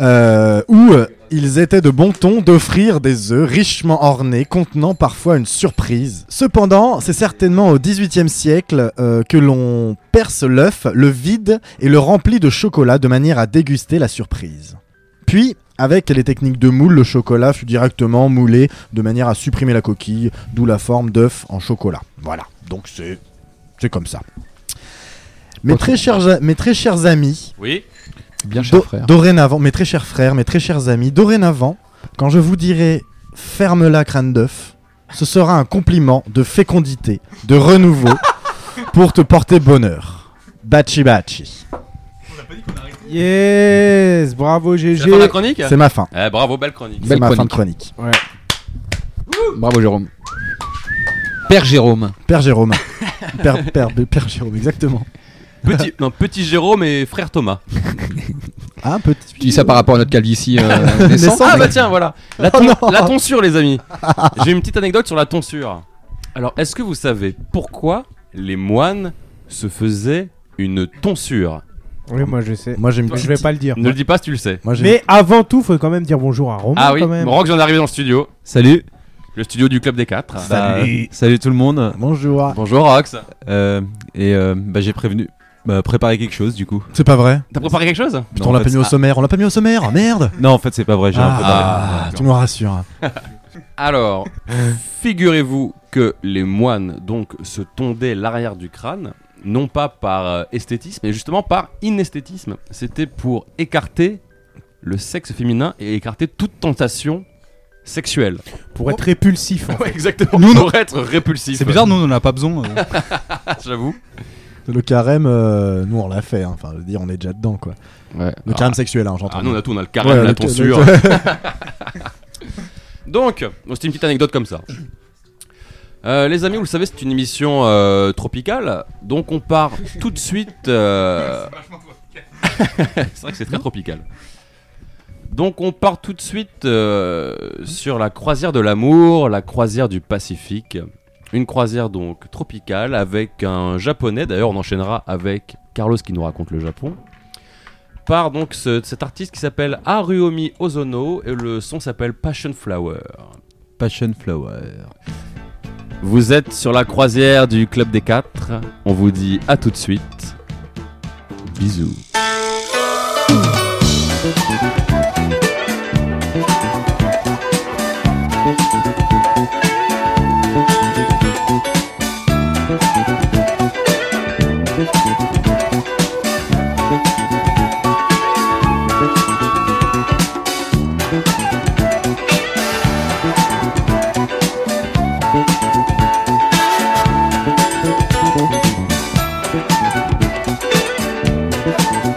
S3: euh, où euh, il était de bon ton d'offrir des œufs richement ornés contenant parfois une surprise. Cependant, c'est certainement au XVIIIe siècle euh, que l'on perce l'œuf, le vide et le remplit de chocolat de manière à déguster la surprise. Puis, avec les techniques de moule, le chocolat fut directement moulé de manière à supprimer la coquille, d'où la forme d'œuf en chocolat. Voilà, donc c'est c'est comme ça. Mes
S2: Ok.
S3: très chers, mes très chers amis,
S1: Oui.
S2: Bien cher
S3: Do-
S2: frère.
S3: Dorénavant, mes très chers frères, mes très chers amis, dorénavant, quand je vous dirai ferme-la crâne d'œuf, ce sera un compliment de fécondité, de renouveau, pour te porter bonheur. Bachi bachi.
S4: Yes, bravo
S1: C'est la fin de la
S4: GG.
S1: chronique
S3: C'est ma fin.
S1: Eh, Bravo, belle chronique.
S3: [LAUGHS] C'est
S2: Belle
S3: ma fin de
S2: chronique.
S3: chronique.
S2: Bravo Jérôme. Père Jérôme.
S3: Père Jérôme. Père, père, père Jérôme, exactement.
S1: Petit, non, petit Jérôme et frère Thomas.
S3: Ah, un petit.
S2: Tu dis ça par rapport à notre calvitie
S4: [LAUGHS]
S2: euh, naissante.
S1: Ah bah tiens, voilà. La, ton-
S3: Oh non.
S1: la tonsure, les amis. J'ai une petite anecdote sur la tonsure. Alors, est-ce que vous savez pourquoi les moines se faisaient une tonsure
S4: [LAUGHS] Oui, moi je sais.
S3: Moi j'ai une
S4: Mais Je vais
S3: petite-
S4: pas le dire.
S1: Ne le dis pas si tu le sais.
S3: Moi j'ai
S4: Mais avant tout, faut quand même dire bonjour à Romain
S1: Ah oui,
S4: quand même.
S1: Rock, j'en arrive dans le studio.
S7: Salut.
S1: Le studio du Club des 4.
S7: Bah, salut tout le monde.
S3: Bonjour.
S1: Bonjour Rox.
S7: Euh, et euh, bah, j'ai prévenu, bah, préparé quelque chose du coup.
S3: C'est pas vrai.
S1: T'as préparé quelque chose
S7: Non,
S3: Putain, on
S7: en
S3: l'a
S7: fait,
S3: pas mis au
S7: ah,
S3: sommaire. On l'a pas mis au sommaire. Merde.
S7: Non, en fait, c'est pas vrai. J'ai un peu
S3: Ah,
S7: parlé.
S3: tu me rassures.
S5: [LAUGHS]
S1: Alors, figurez-vous que les moines donc se tondaient l'arrière du crâne, non pas par euh, esthétisme, mais justement par inesthétisme. C'était pour écarter le sexe féminin et écarter toute tentation sexuelle.
S4: Pour être répulsif. en fait.
S1: Ouais, exactement.
S5: Nous,
S1: pour être répulsif.
S5: C'est bizarre, nous on en a pas besoin. euh.
S1: [LAUGHS] j'avoue.
S3: Le carême, euh, nous on l'a fait. hein. Enfin, je veux dire, on est déjà dedans quoi.
S1: Ouais.
S3: Le carême sexuel, hein, j'entends.
S1: Ah, nous on a tout, on a le carême,
S3: Ouais,
S1: la
S3: le-
S1: tonsure. [LAUGHS]
S3: le-
S1: Donc, bon, c'était une petite anecdote comme ça. Euh, les amis, vous le savez, c'est une émission euh, tropicale, donc on part tout de suite. euh, [LAUGHS] c'est vrai que c'est très tropical. Donc on part tout de suite euh, sur la croisière de l'amour, la croisière du Pacifique. Une croisière donc tropicale avec un japonais. D'ailleurs, on enchaînera avec Carlos qui nous raconte le Japon. Par donc ce- cet artiste qui s'appelle Haruomi Ozono et le son s'appelle Passion Flower.
S7: Passion Flower.
S1: Vous êtes sur la croisière du Club des 4. On vous dit à tout de suite. Bisous.
S8: 「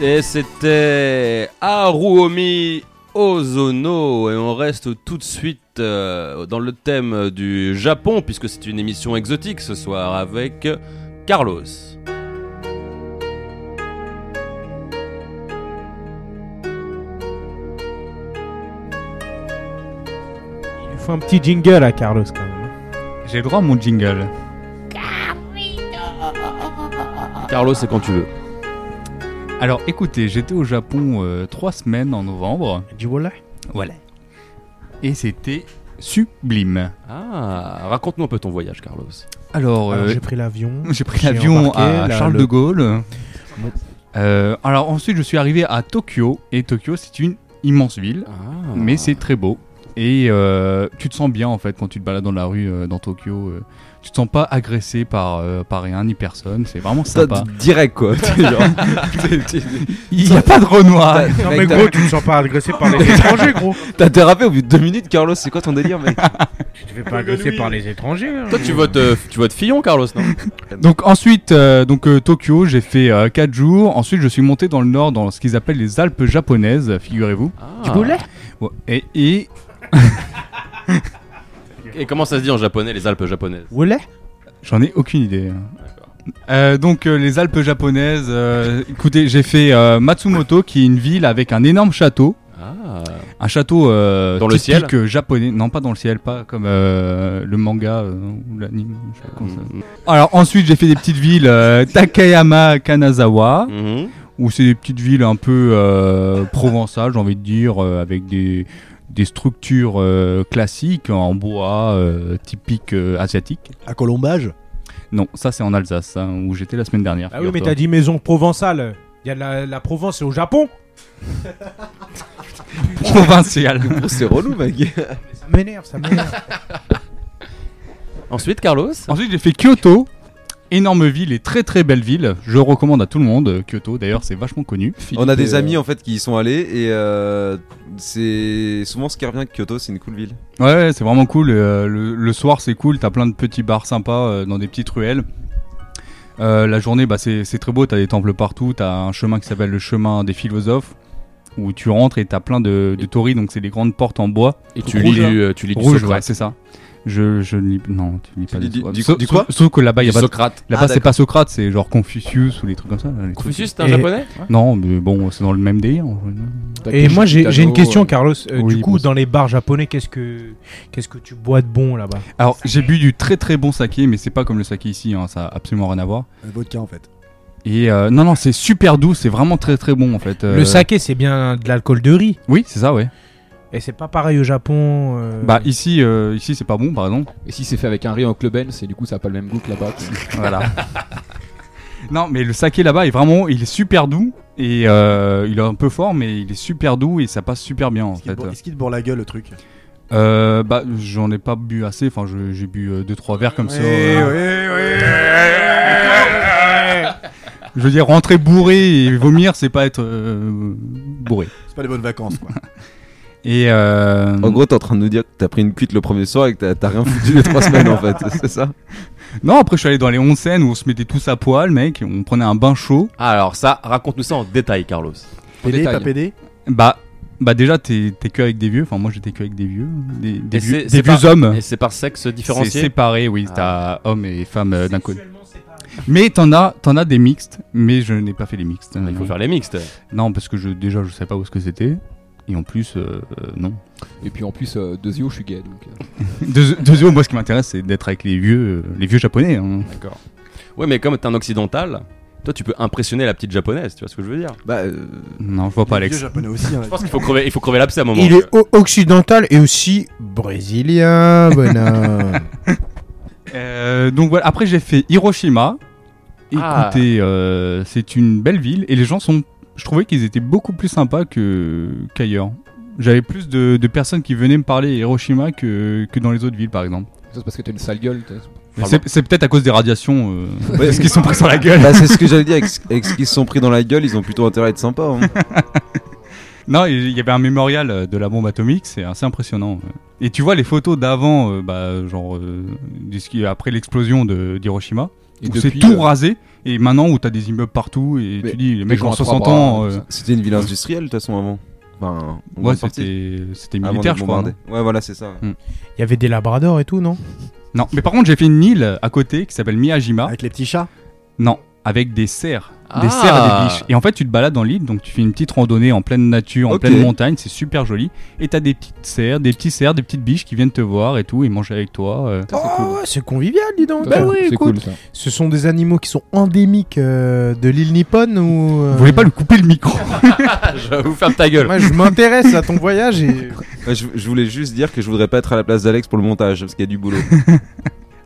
S1: Et c'était Haruomi Ozono. Et on reste tout de suite euh, dans le thème du Japon, puisque c'est une émission exotique ce soir avec Carlos.
S4: Il lui faut un petit jingle à Carlos quand même.
S5: J'ai le droit à mon jingle.
S1: Carlos, c'est quand tu veux.
S5: Alors écoutez, j'étais au Japon euh, trois semaines en novembre.
S4: Du voilà.
S5: Voilà. Et c'était sublime.
S1: Ah, raconte-nous un peu ton voyage, Carlos.
S5: Alors, euh,
S4: J'ai pris l'avion.
S5: j'ai pris
S4: j'ai
S5: l'avion
S4: embarqué,
S5: à
S4: là,
S5: Charles
S4: le-
S5: de Gaulle. Euh, alors ensuite, je suis arrivé à Tokyo. Et Tokyo, c'est une immense ville.
S4: Ah.
S1: Ah.
S5: mais c'est très beau. Et euh, tu te sens bien en fait quand tu te balades dans la rue euh, dans Tokyo. euh, tu te sens pas agressé par, euh, par rien ni personne. C'est vraiment sympa.
S7: Direct quoi.
S5: Il n'y a pas de
S2: Ah, bah,
S5: Renoir.
S4: Ah, Non mais gros, tu ne sens pas agressé
S7: [LAUGHS]
S4: par les étrangers, gros.
S7: T'as dérapé au bout de deux minutes, Carlos. C'est quoi ton délire, mec
S4: [LAUGHS] Tu te fais pas agresser par les étrangers. hein.
S1: Toi, tu votes, euh, tu votes Fillon, Carlos, non
S5: Donc ensuite, euh, donc euh, Tokyo, j'ai fait 4 jours. Ensuite, je suis monté dans le nord, dans ce qu'ils appellent les Alpes japonaises, figurez-vous.
S1: Ah.
S5: Ouais, Et, et
S1: [LAUGHS] Et comment ça se dit en japonais, les Alpes japonaises
S4: Voilà.
S5: j'en ai aucune idée. hein. Euh, donc euh, les Alpes japonaises. euh, écoutez, j'ai fait euh, Matsumoto, qui est une ville avec un énorme château.
S1: Ah,
S5: Un château euh,
S1: Dans le
S5: typique
S1: ciel
S5: euh, japonais. Non, pas dans le ciel, pas comme euh, le manga euh, ou l'anime. je sais pas comment ça-
S1: Mhm.
S5: Alors ensuite, j'ai fait des petites villes euh, Takayama, Kanazawa,
S1: Mhm.
S5: où c'est des petites villes un peu euh, provençales, j'ai envie de dire, euh, avec des des structures euh, classiques en bois euh, typique euh, asiatique.
S3: À Colombage
S5: Non, ça c'est en Alsace, hein, où j'étais la semaine dernière.
S4: Ah oui, mais
S5: figure-toi.
S4: t'as dit maison provençale. Il y a de la, la Provence, c'est au Japon.
S5: [LAUGHS] provincial.
S7: [LAUGHS] C'est relou, mec.
S4: Ça m'énerve, ça m'énerve.
S1: Ensuite, Carlos
S5: Ensuite, j'ai fait Kyoto. Énorme ville et très très belle ville. Je recommande à tout le monde euh, Kyoto. D'ailleurs, c'est vachement connu.
S7: On a des
S2: euh,
S7: amis en fait qui y sont allés et euh, c'est souvent ce qui revient que Kyoto, c'est une cool ville.
S5: Ouais, ouais, c'est vraiment cool. euh, le, le soir, c'est cool. T'as plein de petits bars sympas euh, dans des petites ruelles. Euh, la journée, bah, c'est c'est très beau. T'as des temples partout. T'as un chemin qui s'appelle le chemin des philosophes où tu rentres et t'as plein de, de torii. Donc, c'est des grandes portes en bois.
S1: Et tu
S5: Rouge,
S1: lis,
S5: hein.
S1: du, euh, tu lis du
S5: Rouge, ouais,
S1: Socrate.
S5: c'est ça. Je, je ne lis. Non, tu lis pas
S7: lis
S5: du
S7: du-
S5: tout.
S7: du-
S5: Sauf-
S7: du quoi
S5: sauf- Sauf que là-bas, il y
S1: Du
S5: a pas. de-
S1: Socrate.
S5: Là-bas,
S7: Ah,
S5: c'est pas Socrate, c'est genre Confucius ou les trucs comme ça. là, les trucs-
S1: Confucius, c'est un
S4: Et-
S1: japonais
S5: Non, mais bon, c'est dans le même délire. en vrai.
S4: Et moi, j'ai j'ai une question, Carlos. Euh,
S5: oui,
S4: du coup,
S5: bon.
S4: dans les bars japonais, qu'est-ce que qu'est-ce que tu bois de bon là-bas
S5: Alors, j'ai bu du très très bon saké, mais c'est pas comme le saké ici, hein, ça a absolument rien à voir.
S3: Euh, Vodka en fait.
S5: Et euh, non, non, c'est super doux, c'est vraiment très très bon en fait. Euh,
S4: Le saké, c'est bien de l'alcool de riz.
S5: Oui, c'est ça, ouais.
S4: Et c'est pas pareil au Japon. euh,
S5: Bah, ici, euh, ici c'est pas bon par exemple.
S2: Et si c'est fait avec un riz en cluben, c'est du coup ça a pas le même goût que là-bas.
S5: Voilà.
S4: [LAUGHS]
S5: non, mais le saké là-bas est vraiment, il est super doux. Et euh, il est un peu fort, mais il est super doux et ça passe super bien en
S3: Est-ce qu'il
S5: fait.
S3: te bourre- est-ce qu'il te bourre la gueule le truc
S5: Euh, bah, j'en ai pas bu assez, enfin, je- j'ai bu 2-3 verres comme ça.
S3: Eh
S5: euh,
S3: oui, oui.
S5: Je veux dire, rentrer bourré et vomir, c'est pas être euh, bourré.
S3: C'est pas les bonnes vacances quoi.
S5: Et euh,
S1: Oh,
S7: En gros, t'es en train de nous dire que t'as pris une cuite le premier soir et que t'as- t'as rien foutu les trois semaines en fait, c'est ça
S5: non, après je suis allé dans les onsen où on se mettait tous à poil, mec, on prenait un bain chaud.
S1: Ah, Alors ça, raconte-nous ça en détail, Carlos.
S3: PD,
S2: détail.
S3: pas PD
S5: Bah, bah déjà t'es t'es que avec des vieux. Enfin moi j'étais que avec des vieux, des, des
S1: Et
S5: vieux,
S1: c'est-
S5: des
S1: c'est
S5: vieux
S1: pas-
S5: hommes.
S1: Et c'est par sexe
S5: C'est
S1: différencié
S5: séparé, oui,
S1: Ah.
S5: t'as hommes et femmes euh, d'un côté. Mais t'en as, t'en as des mixtes, mais je n'ai pas fait les mixtes.
S1: Il faut
S5: non.
S1: faire les mixtes.
S5: Non, parce que je déjà je savais pas où ce que c'était. Et en plus, euh, euh,
S1: [LAUGHS]
S5: non.
S2: Et puis en plus, euh, de Zio, je suis gay donc. euh,
S5: Deux, deux yeux, moi ce qui m'intéresse c'est d'être avec les vieux, euh, les vieux japonais. hein.
S1: Ouais, mais comme t'es un occidental, toi tu peux impressionner la petite japonaise, tu vois ce que je veux dire
S7: Bah, euh,
S5: Non, je vois pas
S3: Les
S5: Alex.
S3: vieux japonais aussi.
S5: [LAUGHS]
S3: hein.
S1: Je pense qu'il faut crever, il faut crever l'abcès à un moment.
S8: Il est o- occidental et aussi
S3: Ah,
S8: brésilien,
S5: [LAUGHS] Hein
S8: bonhomme.
S5: Euh, donc voilà, après j'ai fait Hiroshima.
S1: Ah.
S5: Écoutez, euh, c'est une belle ville et les gens sont. Je trouvais qu'ils étaient beaucoup plus sympas que qu'ailleurs. J'avais plus de, de personnes qui venaient me parler à Hiroshima que, que dans les autres villes par exemple.
S2: Ça c'est parce que t'as une sale gueule. t'as-
S5: Mais C'est c'est peut-être à cause des radiations. euh, [LAUGHS]
S7: Ouais.
S5: parce qu'ils sont pris sur la gueule.
S7: bah, c'est ce que j'allais dire, avec, ce- avec ce qu'ils se sont pris dans la gueule, ils ont plutôt intérêt à être sympas. hein.
S5: Non, il y avait un mémorial euh, de la bombe atomique, c'est assez impressionnant. Et tu vois les photos d'avant, euh, bah, genre euh, du- après l'explosion de- d'Hiroshima,
S2: Et
S5: où
S2: depuis,
S5: c'est tout
S2: euh,
S5: rasé et maintenant où t'as des immeubles partout et
S7: Mais
S5: tu dis les mecs
S2: gens
S5: ont
S2: à trois
S5: 60
S2: bras,
S5: ans.
S2: euh,
S5: euh,
S7: C'était une ville industrielle de toute façon avant. Enfin, en
S5: ouais,
S7: grande partie.
S5: c'était c'était
S7: Avant
S5: militaire,
S7: d'être
S5: je crois.
S7: bombardé. Ouais, voilà, c'est ça.
S8: Il y avait des labradors et tout, non
S5: non Non, mais par contre, j'ai fait une île à côté qui s'appelle Miyajima.
S3: Avec les petits chats
S5: Non, avec des cerfs.
S2: Ah.
S5: Des cerfs et des biches. Et en fait, tu te balades dans l'île, donc tu fais une petite randonnée en pleine nature, en
S7: Ok.
S5: pleine montagne, c'est super joli. Et t'as des petites cerfs, des petits cerfs, des petites biches qui viennent te voir et tout, et manger avec toi. euh.
S8: Oh, ouais, c'est convivial, dis donc.
S2: ça,
S8: Bah oui,
S2: c'est
S8: écoute.
S2: cool ça.
S8: Ce sont des animaux qui sont endémiques euh, de l'île Nippon ou. euh,
S5: Vous voulez pas lui couper le
S2: [LAUGHS]
S5: micro
S2: Je vais vous faire ta gueule.
S8: Moi, je m'intéresse à ton voyage et.
S7: Ouais, je, je voulais juste dire que je voudrais pas être à la place d'Alex pour le montage parce qu'il y a du boulot.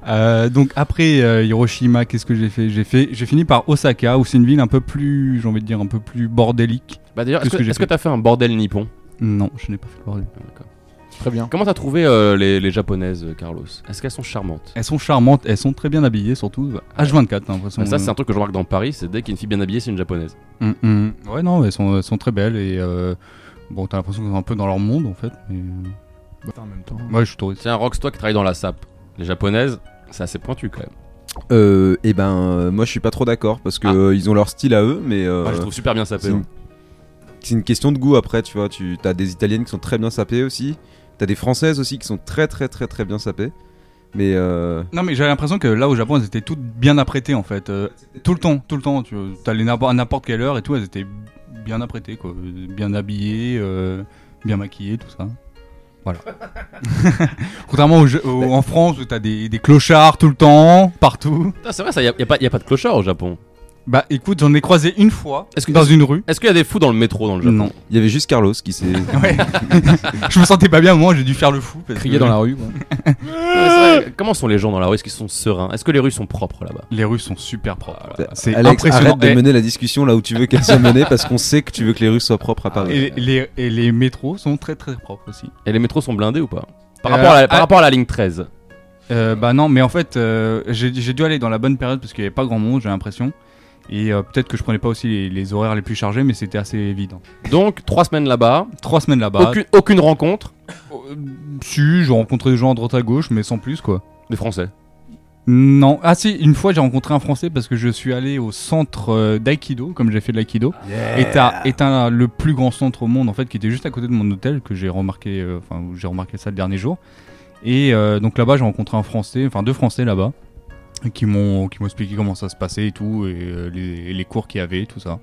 S5: Euh, donc après euh, Hiroshima, qu'est-ce que j'ai fait J'ai fait, j'ai fini par Osaka, où c'est une ville un peu plus, j'ai envie de dire un peu plus bordélique.
S1: Bah d'ailleurs,
S5: Tout
S1: est-ce
S5: ce
S1: que
S5: que j'ai
S1: est-ce que t'as fait un bordel nippon
S5: Non, je n'ai pas fait le bordel.
S2: Très bien.
S1: Comment t'as trouvé euh, les, les japonaises, euh, Carlos Est-ce qu'elles sont charmantes
S5: Elles sont charmantes, elles sont très bien habillées, surtout hein, H24. t'as l'impression.
S1: Bah, Ça, c'est un truc que je remarque dans Paris, c'est dès qu'une fille bien habillée, c'est une japonaise.
S5: Mm, mm. Ouais, non, elles sont, elles sont très belles et euh, bon, t'as l'impression qu'elles sont un peu dans leur monde en fait. Mais... euh,
S3: en même temps.
S5: Ouais, je suis touriste.
S1: Tiens, Rox, toi qui travaille dans la SAP, les japonaises, c'est assez pointu quand même.
S7: [LAUGHS] euh, et ben, euh, moi je suis pas trop d'accord parce que
S1: Ah.
S7: euh, ils ont leur style à eux, mais euh,
S1: Moi, Ah, je trouve super bien sapé.
S7: c'est une... c'est une question de goût après, tu vois. Tu as des italiennes qui sont très bien sapées aussi, t'as des françaises aussi qui sont très très très très bien sapées, mais euh,
S5: Non, mais j'avais l'impression que là au Japon, elles étaient toutes bien apprêtées en fait, Euh, tout le temps, tout le temps. Tu vois, t'allais n'abo- à n'importe quelle heure et tout, elles étaient bien apprêtées quoi, bien habillées, euh, bien maquillées, tout ça. Voilà. [LAUGHS] Contrairement au Ja- au- en France où t'as des, des clochards tout le temps, partout.
S1: Putain, Ah, C'est vrai, ça, y a, y a pas, y a pas de clochard au Japon.
S5: Bah écoute, j'en ai croisé une fois
S1: Est-ce que-
S5: dans une rue.
S1: Est-ce qu'il y a des fous dans le métro dans le Japon
S5: Non. [LAUGHS]
S7: il y avait juste Carlos qui
S1: [LAUGHS]
S7: s'est.
S5: Ouais. je me sentais pas bien, moi j'ai dû faire le fou. Parce
S2: Crier
S5: que
S2: dans la rue. quoi.
S1: Ouais, c'est vrai. Comment sont les gens dans la rue Est-ce qu'ils sont sereins Est-ce que les rues sont propres là-bas
S5: Les rues sont super propres.
S7: Bah,
S5: C'est
S7: Alex,
S5: impressionnant.
S7: arrête de
S5: Et-
S7: mener la discussion là où tu veux qu'elle soit menée parce qu'on sait que tu veux que les rues soient propres à Paris.
S5: Et les, et les métros sont très très propres aussi.
S1: Et les métros sont blindés ou pas par,
S5: Euh,
S1: rapport à la, par
S5: ah-
S1: rapport à la ligne 13.
S5: Euh, bah non, mais en fait, euh, j'ai j'ai dû aller dans la bonne période parce qu'il n'y avait pas grand monde, j'ai l'impression. Et euh, peut-être que je prenais pas aussi les, les horaires les plus chargés, mais c'était assez évident.
S1: Donc, trois semaines là-bas,
S5: Trois semaines là-bas.
S1: aucune, aucune rencontre
S5: Euh, si, j'ai rencontré des gens à droite à gauche, mais sans plus quoi.
S1: des Français.
S5: Non, ah si, une fois j'ai rencontré un Français parce que je suis allé au centre euh, d'Aikido, comme j'ai fait de l'Aikido. Et t'as et t'as le plus grand centre au monde en fait qui était juste à côté de mon hôtel que j'ai remarqué, euh, enfin où j'ai remarqué ça le dernier jour. Et euh, donc là-bas j'ai rencontré un Français, enfin deux Français là-bas, qui m'ont qui m'ont expliqué comment ça se passait et tout et euh, les, les cours qu'il y avait tout ça.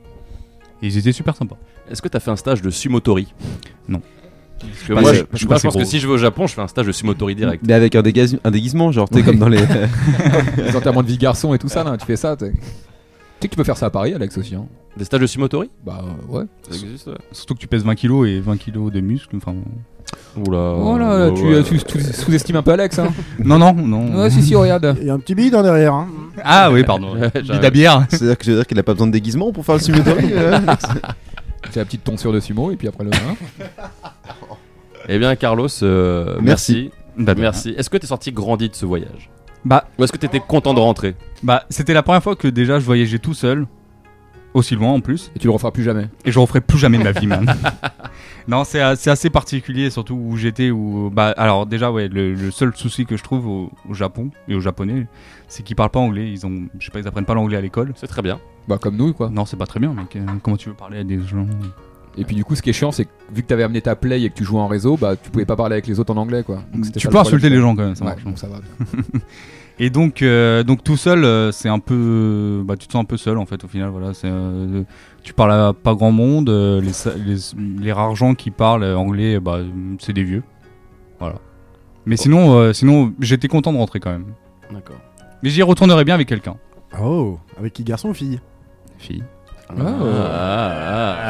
S5: Et ils étaient super sympas.
S1: Est-ce que t'as fait un stage de sumotori
S5: Non.
S1: Parce que
S7: Parce
S1: moi,
S7: que-
S1: je,
S7: parce
S1: je
S7: que
S1: pense
S7: c'est Mm.
S1: que
S7: gros.
S1: si je vais au Japon, je fais un stage de sumotori direct.
S7: Mais avec un, dégais- un déguisement, genre t'es comme dans
S1: [LAUGHS]
S7: les.
S2: Les enterrements de vie garçon et tout ça, là, tu fais ça. t'es- Tu sais que tu peux faire ça à Paris, Alex aussi. hein.
S1: Des stages de sumotori
S2: Bah euh, ouais.
S1: Ça existe
S5: Surtout que tu pèses 20 kilos et 20 kilos de muscles. Enfin
S1: Oula.
S2: Voilà,
S1: ouais,
S2: tu,
S1: ouais.
S2: euh, tu- tu sous-estimes un peu Alex. Hein.
S5: non non non.
S2: [LAUGHS] ouais, si, si, regarde.
S3: Il y a un petit bide en derrière. Hein.
S5: Ah oui
S2: [LAUGHS]
S5: pardon. Bide à bière.
S7: C'est-à-dire que tu veux dire qu'il a pas besoin de déguisement pour faire le simulatory euh
S2: C'est la petite tonsure de sumo et puis après le. hein.
S1: Eh bien, Carlos, euh, merci.
S5: Bah, de
S1: Merci. Est-ce que t'es sorti grandi de ce voyage
S5: Bah
S1: Ou est-ce que t'étais content de rentrer
S5: Bah, c'était la première fois que déjà je voyageais tout seul, aussi loin en plus,
S2: Et tu le referas plus jamais.
S5: et je referai plus jamais de ma vie,
S2: [LAUGHS]
S5: man. non, c'est a- c'est assez particulier, surtout où j'étais, où. Bah, alors déjà, ouais, le, le seul souci que je trouve au, au Japon et aux Japonais, c'est qu'ils parlent pas anglais. Ils ont, je sais pas, ils apprennent pas l'anglais à l'école.
S1: C'est très bien.
S2: Bah comme nous quoi.
S5: Non, c'est pas très bien, mec. Euh, Comment tu veux parler à des gens
S2: Et puis du coup, ce qui est chiant, c'est que vu que t'avais amené ta play et que tu jouais en réseau, bah tu pouvais pas parler avec les autres en anglais quoi. Donc, c'était
S5: Tu
S2: ça
S5: peux
S2: le
S5: insulter les
S2: problème.
S5: gens quand même, ça
S2: Ouais,
S5: marche. hein.
S2: donc ça va.
S5: Et donc, euh, donc tout seul, euh, c'est un peu, bah, tu te sens un peu seul en fait au final. Voilà, c'est, euh, tu parles à pas grand monde. euh, les, sa- les- les rares gens qui parlent anglais, bah, c'est des vieux. Voilà. Mais sinon, euh, sinon, j'étais content de rentrer quand même.
S1: D'accord.
S5: Mais j'y retournerai bien avec quelqu'un.
S3: Oh, avec qui garçon ou fille
S5: Fille.
S1: Ah,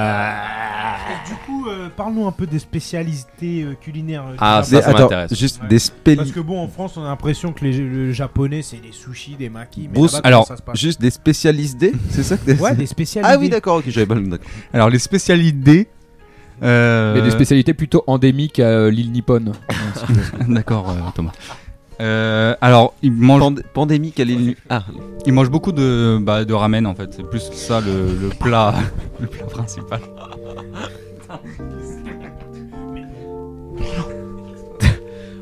S4: Du coup, euh, parle-nous un peu des spécialités euh, culinaires. euh, du
S1: Ah,
S4: Japon.
S1: ça, ça m'intéresse.
S7: juste
S4: Ouais.
S7: des spéli-
S4: Parce que bon, en France, on a l'impression que les, le japonais, c'est des sushis, des makis. Mais
S7: Bruce,
S4: là-bas, comment
S5: alors,
S4: ça se passe
S7: juste des spécialistes des- c'est ça que t'es-
S4: ouais, des spécialités.
S7: Ah oui, d'accord, ok, j'avais pas le d'accord.
S5: Alors les spécialités. euh,
S2: Mais des spécialités plutôt endémiques à euh, l'île [LAUGHS] Nippon.
S5: [LAUGHS] D'accord, euh, Thomas. Euh, alors, ils mangent,
S7: Pand- pandémie, quelle est l'île Ah,
S5: ils mangent beaucoup de, bah, de ramen en fait. C'est plus ça le, le plat, [LAUGHS] le plat principal.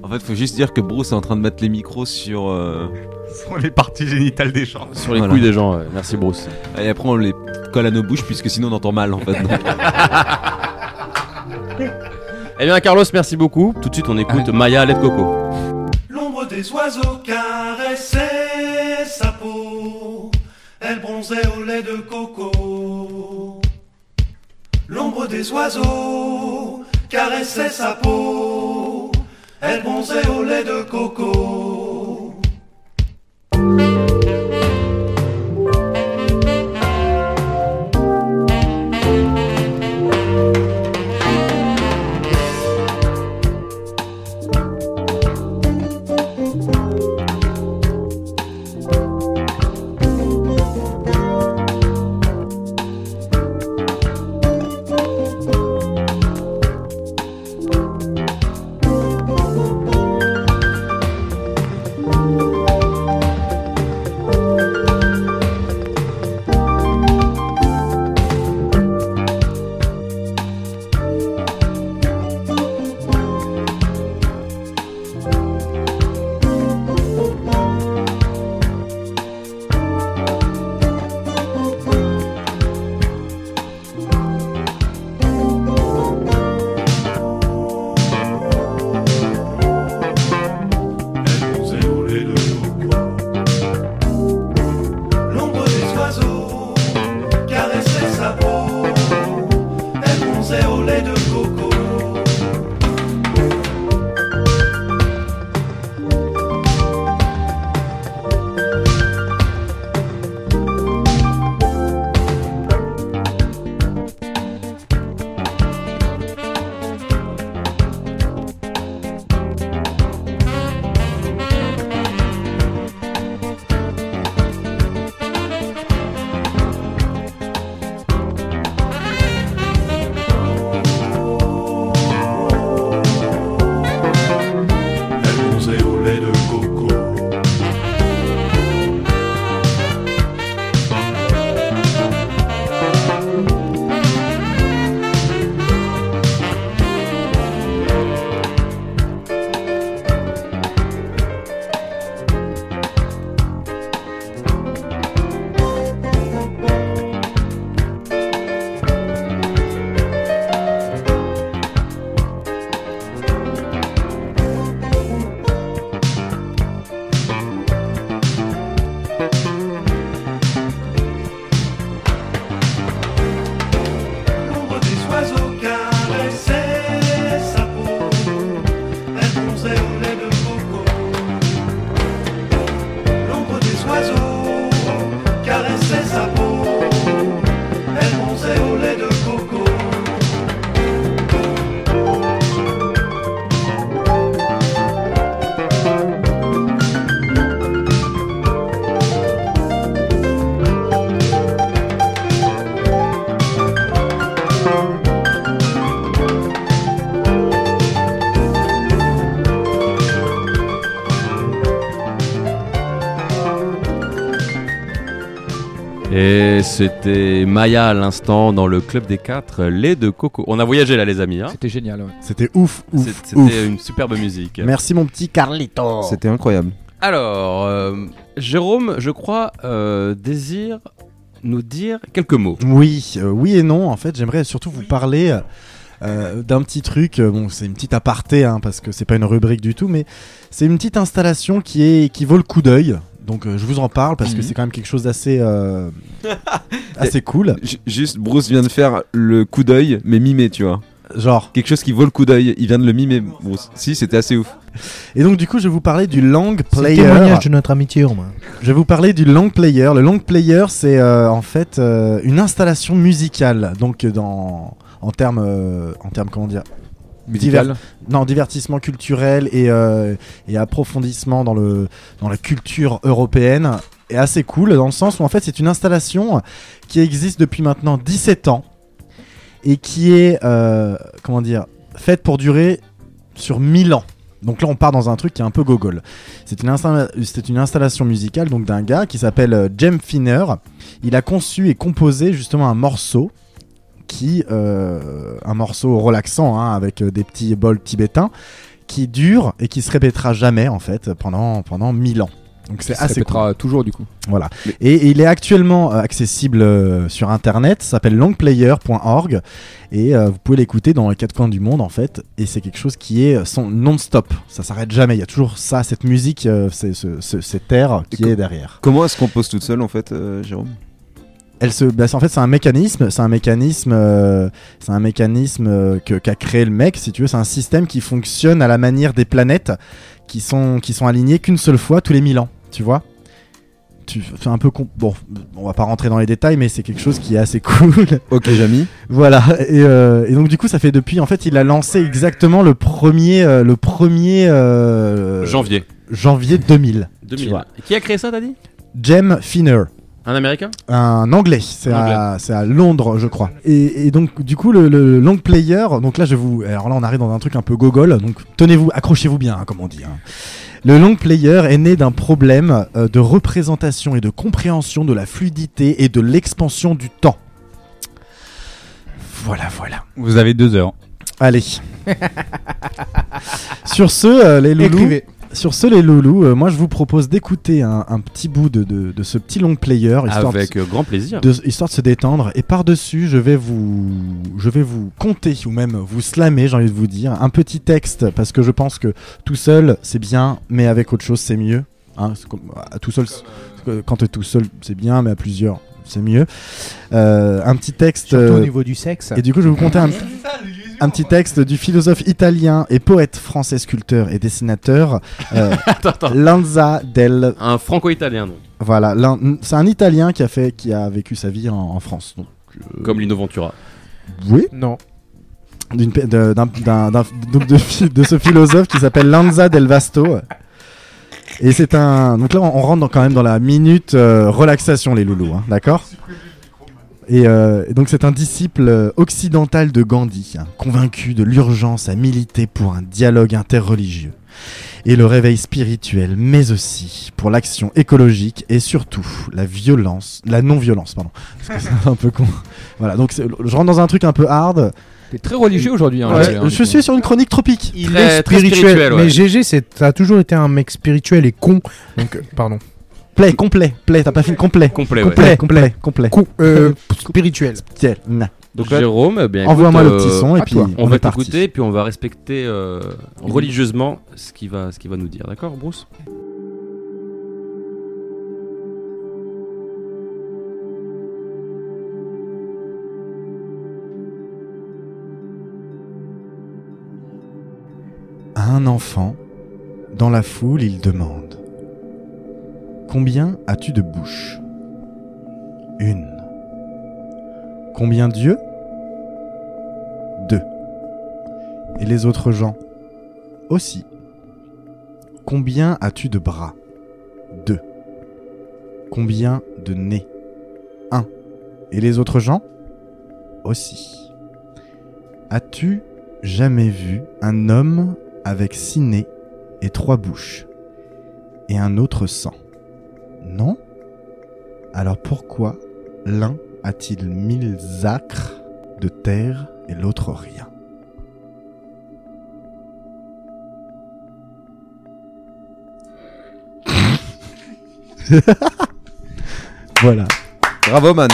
S7: En fait, faut juste dire que Bruce est en train de mettre les micros sur. euh,
S5: Sur les parties génitales des gens.
S1: Sur les
S7: Voilà.
S1: couilles des gens, ouais. merci Bruce.
S7: Et après, on les colle à nos bouches puisque sinon on entend mal en fait.
S1: Eh bien, Carlos, merci beaucoup. Tout de suite, on
S7: Ah,
S1: écoute Maya Let Coco.
S6: L'ombre des oiseaux caressait sa peau. Elle bronzait au lait de coco. L'ombre des oiseaux caressait sa peau. Elle bronzait au lait de coco. Elle bronzait au lait de coco. L'ombre des oiseaux caressait sa peau. Elle bronzait au lait de coco. Elle bronzait au lait de coco. L'ombre des oiseaux caressait sa peau. Elle bronzait au lait de coco. L'ombre des oiseaux caressait sa peau. Elle bronzait au lait de coco.
S1: Et c'était Maya à l'instant dans le club des quatre, les deux cocos. On a voyagé là, les amis. hein.
S2: C'était génial, ouais.
S3: C'était ouf,
S1: C'est-
S3: ouf, ouf.
S1: C'était une superbe musique.
S3: Merci mon petit Carlito.
S7: C'était incroyable.
S1: Alors, euh, Jérôme, je crois, euh, désire nous dire quelques mots.
S3: Oui, euh, oui et non. En fait, j'aimerais surtout vous parler euh, euh, d'un petit truc. euh, Bon, c'est une petite aparté, hein, parce que c'est pas une rubrique du tout, mais c'est une petite installation qui est qui vaut le coup d'œil. Donc, euh, je vous en parle parce que
S2: Mhm.
S3: c'est quand même quelque chose d'assez euh, assez cool.
S7: Ju- Juste, Bruce vient de faire le coup d'œil, mais mimé, tu vois.
S3: Genre.
S7: Quelque chose qui vaut le coup d'œil. Il vient de le mimer, Bruce. Si, c'était assez ouf.
S3: Et donc, du coup, je vais vous parler du Lang
S4: C'est le
S3: Player.
S4: témoignage de notre amitié, Romain.
S3: Je vais vous parler du Long Player. Le Long Player, c'est euh, en fait euh, une installation musicale. Donc, euh, dans en termes euh, en termes comment dire
S2: Musical.
S3: Non, divertissement culturel et, euh, et approfondissement dans, le, dans la culture européenne est assez cool dans le sens où en fait c'est une installation qui existe depuis maintenant 17 ans et qui est, euh, comment dire, faite pour durer sur 1000 ans. Donc là on part dans un truc qui est un peu gogol. C'est une, insta- c'est une installation musicale donc d'un gars qui s'appelle euh, Jem Finner. Il a conçu et composé justement un morceau qui euh, un morceau relaxant hein, avec euh, des petits bols tibétains qui dure et qui se répétera jamais en fait pendant pendant 1000 ans. Donc c'est
S2: Ça
S3: assez cool.
S2: répétera toujours du coup.
S3: Voilà. Et, et il est actuellement euh, accessible euh, sur internet, ça s'appelle longplayer.org et euh, vous pouvez l'écouter dans les quatre coins du monde en fait et c'est quelque chose qui est euh, son non-stop, ça s'arrête jamais, il y a toujours ça, cette musique, euh, c'est- ce- ce- cette air qui
S7: Et
S3: est
S7: co-
S3: derrière.
S7: Comment elle se compose toute seule en fait, euh, Jérôme
S3: Elle se, bah, c'est- en fait, c'est un mécanisme, c'est un mécanisme, euh, c'est un mécanisme euh, que- qu'a créé le mec, si tu veux, c'est un système qui fonctionne à la manière des planètes qui sont qui sont alignées qu'une seule fois tous les 1000 ans, tu vois. Tu fais un peu com- bon, on va pas rentrer dans les détails, mais c'est quelque chose qui est assez [LAUGHS] cool.
S7: Ok, Jamy.
S3: Voilà. Et, euh, et donc du coup, ça fait depuis. En fait, il a lancé exactement le premier, euh, le premier euh,
S1: Janvier
S3: janvier 2000. Tu
S1: 2000.
S3: vois.
S1: Qui a créé ça, t'as dit
S3: Jem Finner.
S1: Un américain
S3: Un anglais, c'est
S1: Un
S3: à, c'est à Londres, je crois. Et, et donc, du coup, le, le long player, donc là, je vous. Alors là, on arrive dans un truc un peu gogol, donc tenez-vous, accrochez-vous bien, hein, comme on dit. hein. Le long player est né d'un problème euh, de représentation et de compréhension de la fluidité et de l'expansion du temps. Voilà, voilà.
S5: Vous avez deux heures.
S3: Allez. sur ce, euh, les loulous.
S8: Écrivez.
S3: Sur ce, les loulous, euh, moi, je vous propose d'écouter un, un petit bout de, de- de ce petit long player, histoire de-
S1: Avec euh, grand plaisir.
S3: de, histoire de se détendre. Et par-dessus, je vais vous, je vais vous compter ou même vous slammer, j'ai envie de vous dire, un petit texte parce que je pense que tout seul c'est bien, mais avec autre chose c'est mieux. Hein, c'est comme- à tout seul, c'est- quand t'es tout seul c'est bien, mais à plusieurs c'est mieux. Euh, un petit texte.
S8: Surtout au
S3: euh,
S8: niveau du sexe.
S3: et du coup, je vais vous conter un, un petit texte du philosophe italien et poète français, sculpteur et dessinateur
S8: [LAUGHS]
S3: euh,
S1: Attends, attends.
S3: Lanza del
S1: Un franco-italien, donc.
S3: voilà, l'un- c'est un Italien qui a fait, qui a vécu sa vie en, en France. Donc, euh,
S1: Comme Lino Ventura.
S3: oui,
S8: Non.
S3: d'une pe- de, d'un- d'un- d'un- donc de, [LAUGHS] phi- de ce philosophe qui s'appelle Lanza del Vasto. Et c'est un. Donc là, on, on rentre dans- quand même dans la minute euh, relaxation, les loulous, hein, d'accord et, euh, et donc c'est un disciple euh, occidental de Gandhi, hein, convaincu de l'urgence à militer pour un dialogue interreligieux et le réveil spirituel, mais aussi pour l'action écologique et surtout la violence, la non-violence, pardon. Parce que c'est un peu con. Voilà, donc c'est- je rentre dans un truc un peu hard.
S2: T'es très religieux aujourd'hui. hein,
S3: Ouais,
S2: Gilles, hein, du
S3: je
S2: coup.
S3: suis sur une chronique tropique.
S8: Il
S1: Très-
S8: est
S1: très
S8: spirituel.
S1: spirituel, ouais.
S8: Mais GG, c'est- t'as toujours été un mec spirituel et con. Donc, euh, pardon.
S3: Play, complet, play, t'as pas fini, complet.
S1: Complet, ouais.
S3: Complet, complet, complet.
S8: Con.
S3: [LAUGHS]
S8: euh, spirituel.
S3: Tiens, na.
S1: Donc, Jérôme, eh bien, écoute,
S3: Envoie-moi le
S1: euh,
S3: petit son et
S8: à
S3: puis
S8: toi.
S3: on,
S1: On va
S3: est parti.
S1: t'écouter, puis on va respecter euh, religieusement ce qu'il va, ce qu'il va nous dire. D'accord, Bruce
S3: À un enfant, dans la foule, il demande Combien as-tu de bouches Une. Combien d'yeux Deux. Et les autres gens Aussi. Combien as-tu de bras Deux. Combien de nez Un. Et les autres gens Aussi. As-tu jamais vu un homme avec six nez et trois bouches, et un autre sans. Non Alors pourquoi l'un a-t-il mille acres de terre et l'autre rien Voilà,
S7: Bravo, man.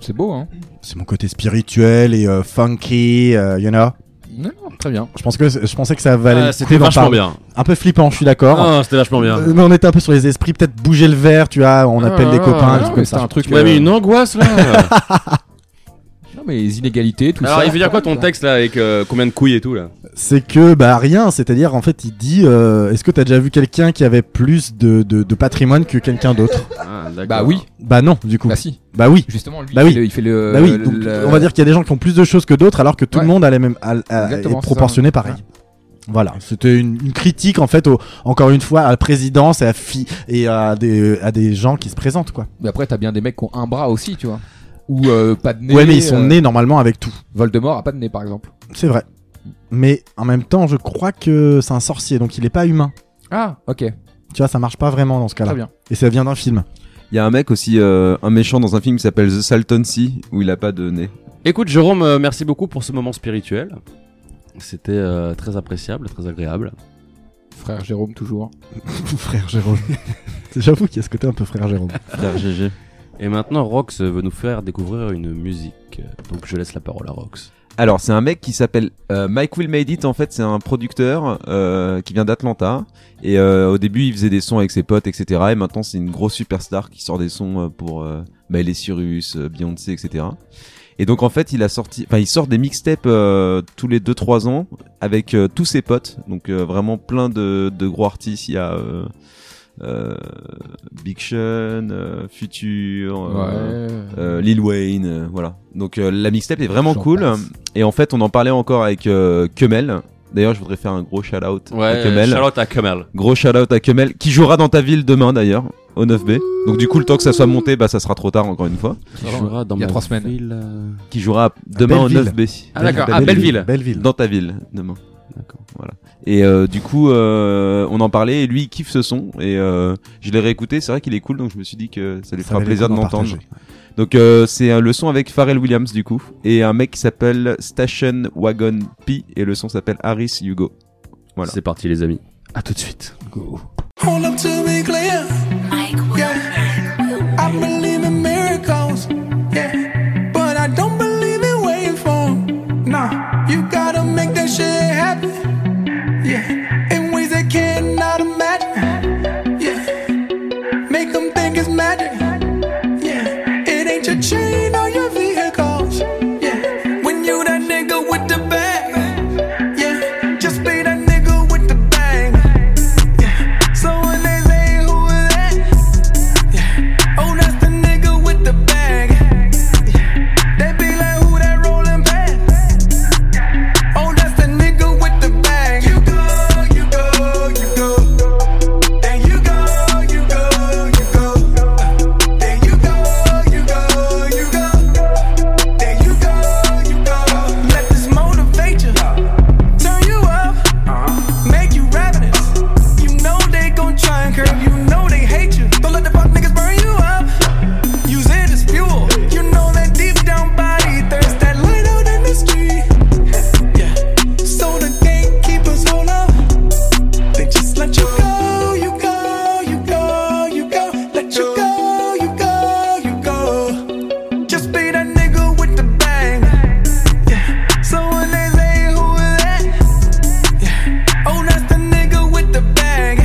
S2: C'est beau, hein.
S3: c'est mon côté spirituel et euh, funky, euh, you know.
S2: Non,
S3: Mmh.
S2: très bien.
S3: Je pense que je pensais que ça valait le
S1: Ah,
S3: coup
S1: C'était
S3: d'en
S1: vachement
S3: parler.
S1: bien.
S3: Un peu flippant, je suis d'accord.
S1: Ah, C'était vachement bien. Ah,
S3: Euh, mais on était un peu sur les esprits, peut-être bouger le verre, tu vois, on appelle des copains,
S2: Non,
S3: des trucs
S2: mais
S3: comme
S2: c'est
S3: ça.
S2: un truc.
S1: Tu m'as
S2: euh,
S1: mis une angoisse [LAUGHS] là
S2: Non, mais les inégalités, tout ça.
S1: Alors il veut dire quoi ton texte là avec euh, combien de couilles et tout là
S3: C'est que, bah, rien, c'est-à-dire, en fait, il dit euh, Est-ce que t'as déjà vu quelqu'un qui avait plus de, de, de patrimoine que quelqu'un d'autre
S1: Ah, d'accord.
S2: Bah oui,
S3: Bah, non, du coup.
S2: bah si.
S3: Bah, oui.
S2: Justement, lui,
S3: Bah
S2: il
S3: oui.
S2: fait le- il fait le.
S3: Bah oui, donc
S2: Euh, le-
S3: on va dire qu'il y a des gens qui ont plus de choses que d'autres alors que tout
S2: Ouais.
S3: le monde a les mêmes, a- a-
S2: Exactement,
S3: est proportionné
S2: c'est ça.
S3: pareil. Voilà, c'était une, une critique en fait, au- encore une fois, à la présidence et à, fi- et à, des, à des gens qui se présentent quoi.
S2: Mais après, t'as bien des mecs qui ont un bras aussi, tu vois. Ou euh, pas de nez.
S3: ouais, mais ils sont
S2: euh,
S3: nés normalement avec tout.
S2: Voldemort a pas de nez, par exemple.
S3: C'est vrai. Mais en même temps, je crois que c'est un sorcier, donc il est pas humain.
S2: Ah, ok.
S3: Tu vois, ça marche pas vraiment dans ce cas-là.
S2: Très bien.
S3: Et ça vient d'un film.
S7: Il y a un mec aussi, euh, un méchant dans un film qui s'appelle The Salton Sea, où il a pas de nez.
S1: Écoute Jérôme, euh, merci beaucoup pour ce moment spirituel. C'était euh, très appréciable, très agréable.
S2: Frère Jérôme, toujours.
S3: frère Jérôme. [LAUGHS] J'avoue qu'il y a ce côté un peu frère Jérôme.
S1: Frère GG. Et maintenant, Rox veut nous faire découvrir une musique. Donc je laisse la parole à Rox.
S7: Alors, c'est un mec qui s'appelle euh, Mike Will Made It. En fait, c'est un producteur euh, qui vient d'Atlanta. Et euh, au début, il faisait des sons avec ses potes, etc. Et maintenant, c'est une grosse superstar qui sort des sons euh, pour euh, Miley Cyrus, euh, Beyoncé, etc. Et donc, en fait, il a sorti, enfin, il sort des mixtapes euh, tous les 2-3 ans avec euh, tous ses potes. Donc, euh, vraiment plein de, de gros artistes. Il y a euh, euh, Big Sean, euh, Future, euh, euh, Lil Wayne, euh, voilà. Donc euh, la mixtape est vraiment
S2: J'en
S7: cool.
S2: passe.
S7: Et en fait, on en parlait encore avec euh, Kemel. D'ailleurs, je voudrais faire un gros shout out à Kemel.
S1: Charlotte à Kamel.
S7: Gros shout out à Kemel, qui jouera dans ta ville demain d'ailleurs, au 9B. Donc du coup, le temps que ça soit monté, bah ça sera trop tard encore une fois.
S1: Qui jouera dans
S2: Il y a
S1: ma
S2: trois semaines.
S1: ville, euh,
S7: Qui jouera demain au
S3: Belleville.
S7: 9B.
S2: Ah, d'accord. Ah, Belleville.
S3: Belleville.
S7: Dans ta ville, demain.
S1: D'accord.
S7: Voilà. Et euh, du coup, euh, on en parlait et lui, il kiffe ce son. Et euh, je l'ai réécouté, c'est vrai qu'il est cool, donc je me suis dit que ça lui
S3: Ça
S7: fera
S3: valait le
S7: plaisir
S3: coup
S7: de
S3: d'en
S7: l'entendre.
S3: partager.
S7: Donc euh, c'est un- le son avec Pharrell Williams du coup et un mec qui s'appelle Station Wagon P et le son s'appelle Harris Hugo. Voilà.
S1: C'est parti les amis. À tout de suite.
S6: Hold up to be clear.
S9: Mike Will.
S6: I believe in miracles, yeah, but I don't believe in waiting for 'em. Nah, you gotta make that shit happen, yeah, in ways they cannot imagine, yeah. Make them think it's magic, yeah. It ain't your chain or your vehicles, yeah. When you that nigga with the bag, yeah, just be that nigga with the bag, yeah. So when they say who is that? Oh, that's the nigga with the bag. They be like, who that rolling past? Oh, that's the nigga with the bag. You go, you go, you go. Then you go, you go, you go. Uh, Then you go, you go, you go. Then you go, you go. Let this motivate you, turn you up make you ravenous. You know they gon' try and curb, you know they hate you. Don't let the fuck niggas burn you up. Use it as fuel. You know that deep down body thirst that light out in the street. [LAUGHS] Yeah. So the gatekeepers hold up. They just let you go, you go, you go, you go. Let you go, you go, you go. Just be that nigga with the bang. Yeah. So when they say who is that? Oh, that's the nigga with the bag.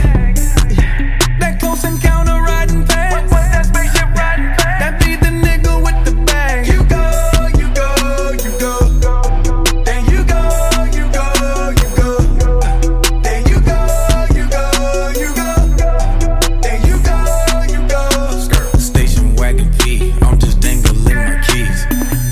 S6: That close encounter riding fast. What's that spaceship riding fast? That be the nigga with the bag. You go, you go, you go. Then you go, you go, you go. Then you go, you go, you go. Then you go, you go. Station wagon V. I'm just dangling my keys.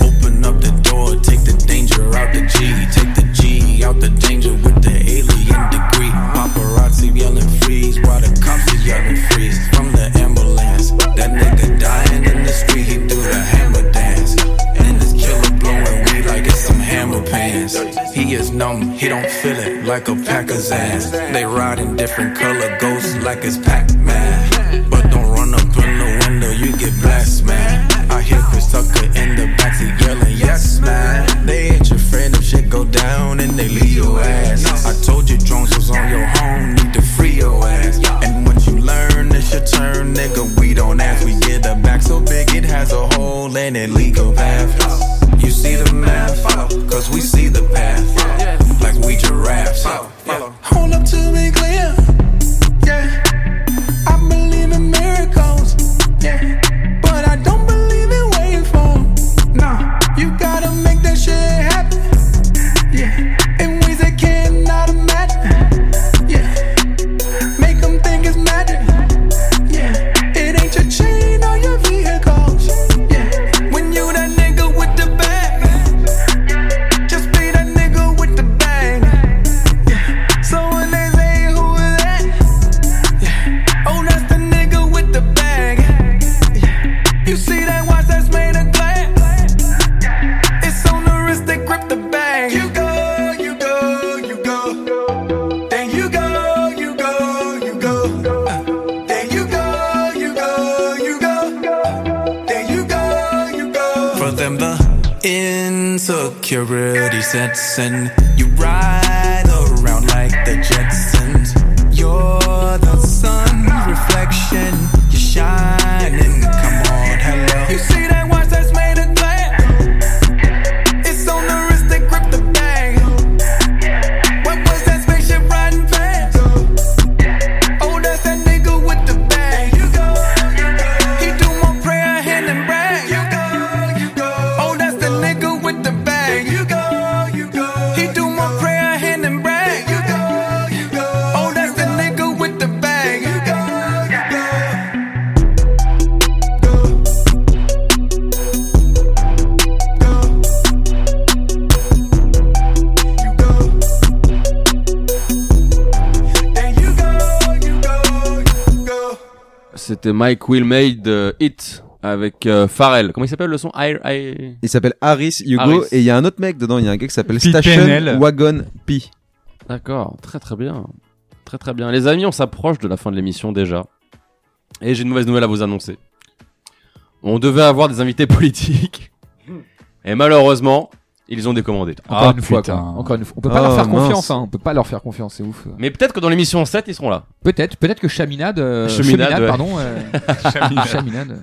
S6: Open up the door, take the danger out the G. Take the G out the danger with the alien degree. Paparazzi yelling freeze while the cops are yelling freeze. From the ambulance, that nigga dying in the street, he do the hammer dance. And this killer blowing weed like it's some hammer pants. He is numb, he don't feel it like a Packers ass. They ride in different color ghosts like it's Pac Man. But don't run up in the window, you get blessed, man. I hear Chris Tucker in the backseat yelling, yes, man. They ain't your friend if shit go down and they leave your ass. I told you drones was on your home, need to free your ass. And what you learn, it's your turn, nigga. We don't ask, we get a back so big it has a hole in it, legal path. You see the math, cause we see the path. Like we giraffes. Hold up to be clear. Yeah. I believe in miracles. Yeah. But I don't believe in waiting for 'em. Nah. You gotta make that shit happen. Uh,
S10: security sets in. You ride around like the Jetsons. You're the sun's reflection. You're shining. Come on, hello. You see that watch that's made of glass? It's on the wrist that grip the bag. What was that spaceship riding past? Oh, that's that nigga with the bag. You go. He do more prayer hand than brag. You go. Oh, that's the nigga with the bag. You go, you go. He do more prayer hand than brag. You go, you go. Oh, that's the nigga with the bag. You go, you go.
S1: C'était Mike Will Made euh, It avec euh, Pharrell. Comment il s'appelle le son I- I-
S7: Il s'appelle Harris Hugo
S1: Harris.
S7: et il y a un autre mec dedans, il y a un gars qui s'appelle
S1: Pete
S7: Station
S1: PNL.
S7: Wagon P.
S1: D'accord, très très bien. Très très bien. Les amis, on s'approche de la fin de l'émission déjà. Et j'ai une mauvaise nouvelle à vous annoncer. On devait avoir des invités [LAUGHS] politiques. Et malheureusement, ils ont décommandé.
S3: Ah,
S5: Ah,
S2: Encore une fois, quoi. Encore une fois. On peut pas leur faire confiance, hein. On peut pas leur faire confiance, c'est ouf.
S1: Mais peut-être que dans l'émission 7, ils seront là.
S2: Peut-être, peut-être que Chaminade, euh,
S1: Cheminade,
S2: Cheminade,
S1: ouais.
S2: pardon, euh,
S3: [LAUGHS]
S5: [LAUGHS]
S1: Cheminade.
S2: Cheminade.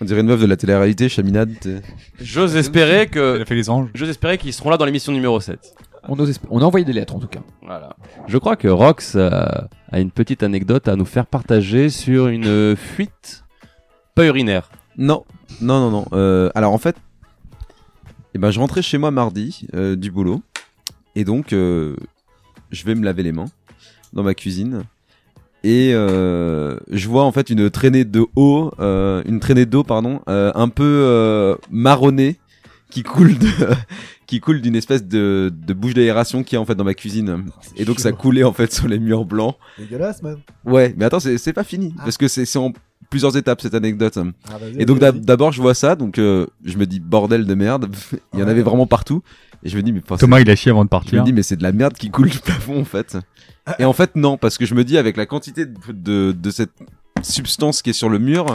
S7: On dirait une meuf de la télé-réalité, Chaminade. t'es-
S1: J'ose espérer que. Elle a fait les anges. J'ose espérer qu'ils seront là dans l'émission numéro 7.
S2: On, ose esp- on a envoyé des lettres en tout cas.
S1: Voilà. Je crois que Rox euh, a une petite anecdote à nous faire partager sur une euh, fuite pas urinaire.
S7: Non, non, non, non. Euh, alors en fait, eh ben, je rentrais chez moi mardi euh, du boulot. Et donc, euh, je vais me laver les mains dans ma cuisine. Et euh, je vois en fait une traînée de eau, euh, une traînée d'eau, pardon, euh, un peu euh, marronnée qui coule de, [LAUGHS] qui coule d'une espèce de, de bouche d'aération qui est en fait dans ma cuisine. Et donc ça coulait en fait sur les murs blancs.
S3: Dégueulasse, man.
S7: Ouais, mais attends, c'est c'est pas fini. Parce que c'est c'est en plusieurs étapes cette anecdote.
S3: Ah, vas-y,
S7: et donc
S3: vas-y,
S7: d'ab- d'abord, je vois ça, donc euh, je me dis bordel de merde. [LAUGHS] Il y en avait vraiment partout. Et je me dis, mais enfin,
S5: Thomas,
S7: c'est-
S5: il a chié avant de
S7: Je
S5: partir.
S7: me dis, mais c'est de la merde qui coule du plafond en fait. Et en fait, non, parce que je me dis, avec la quantité de, de, de cette substance qui est sur le mur.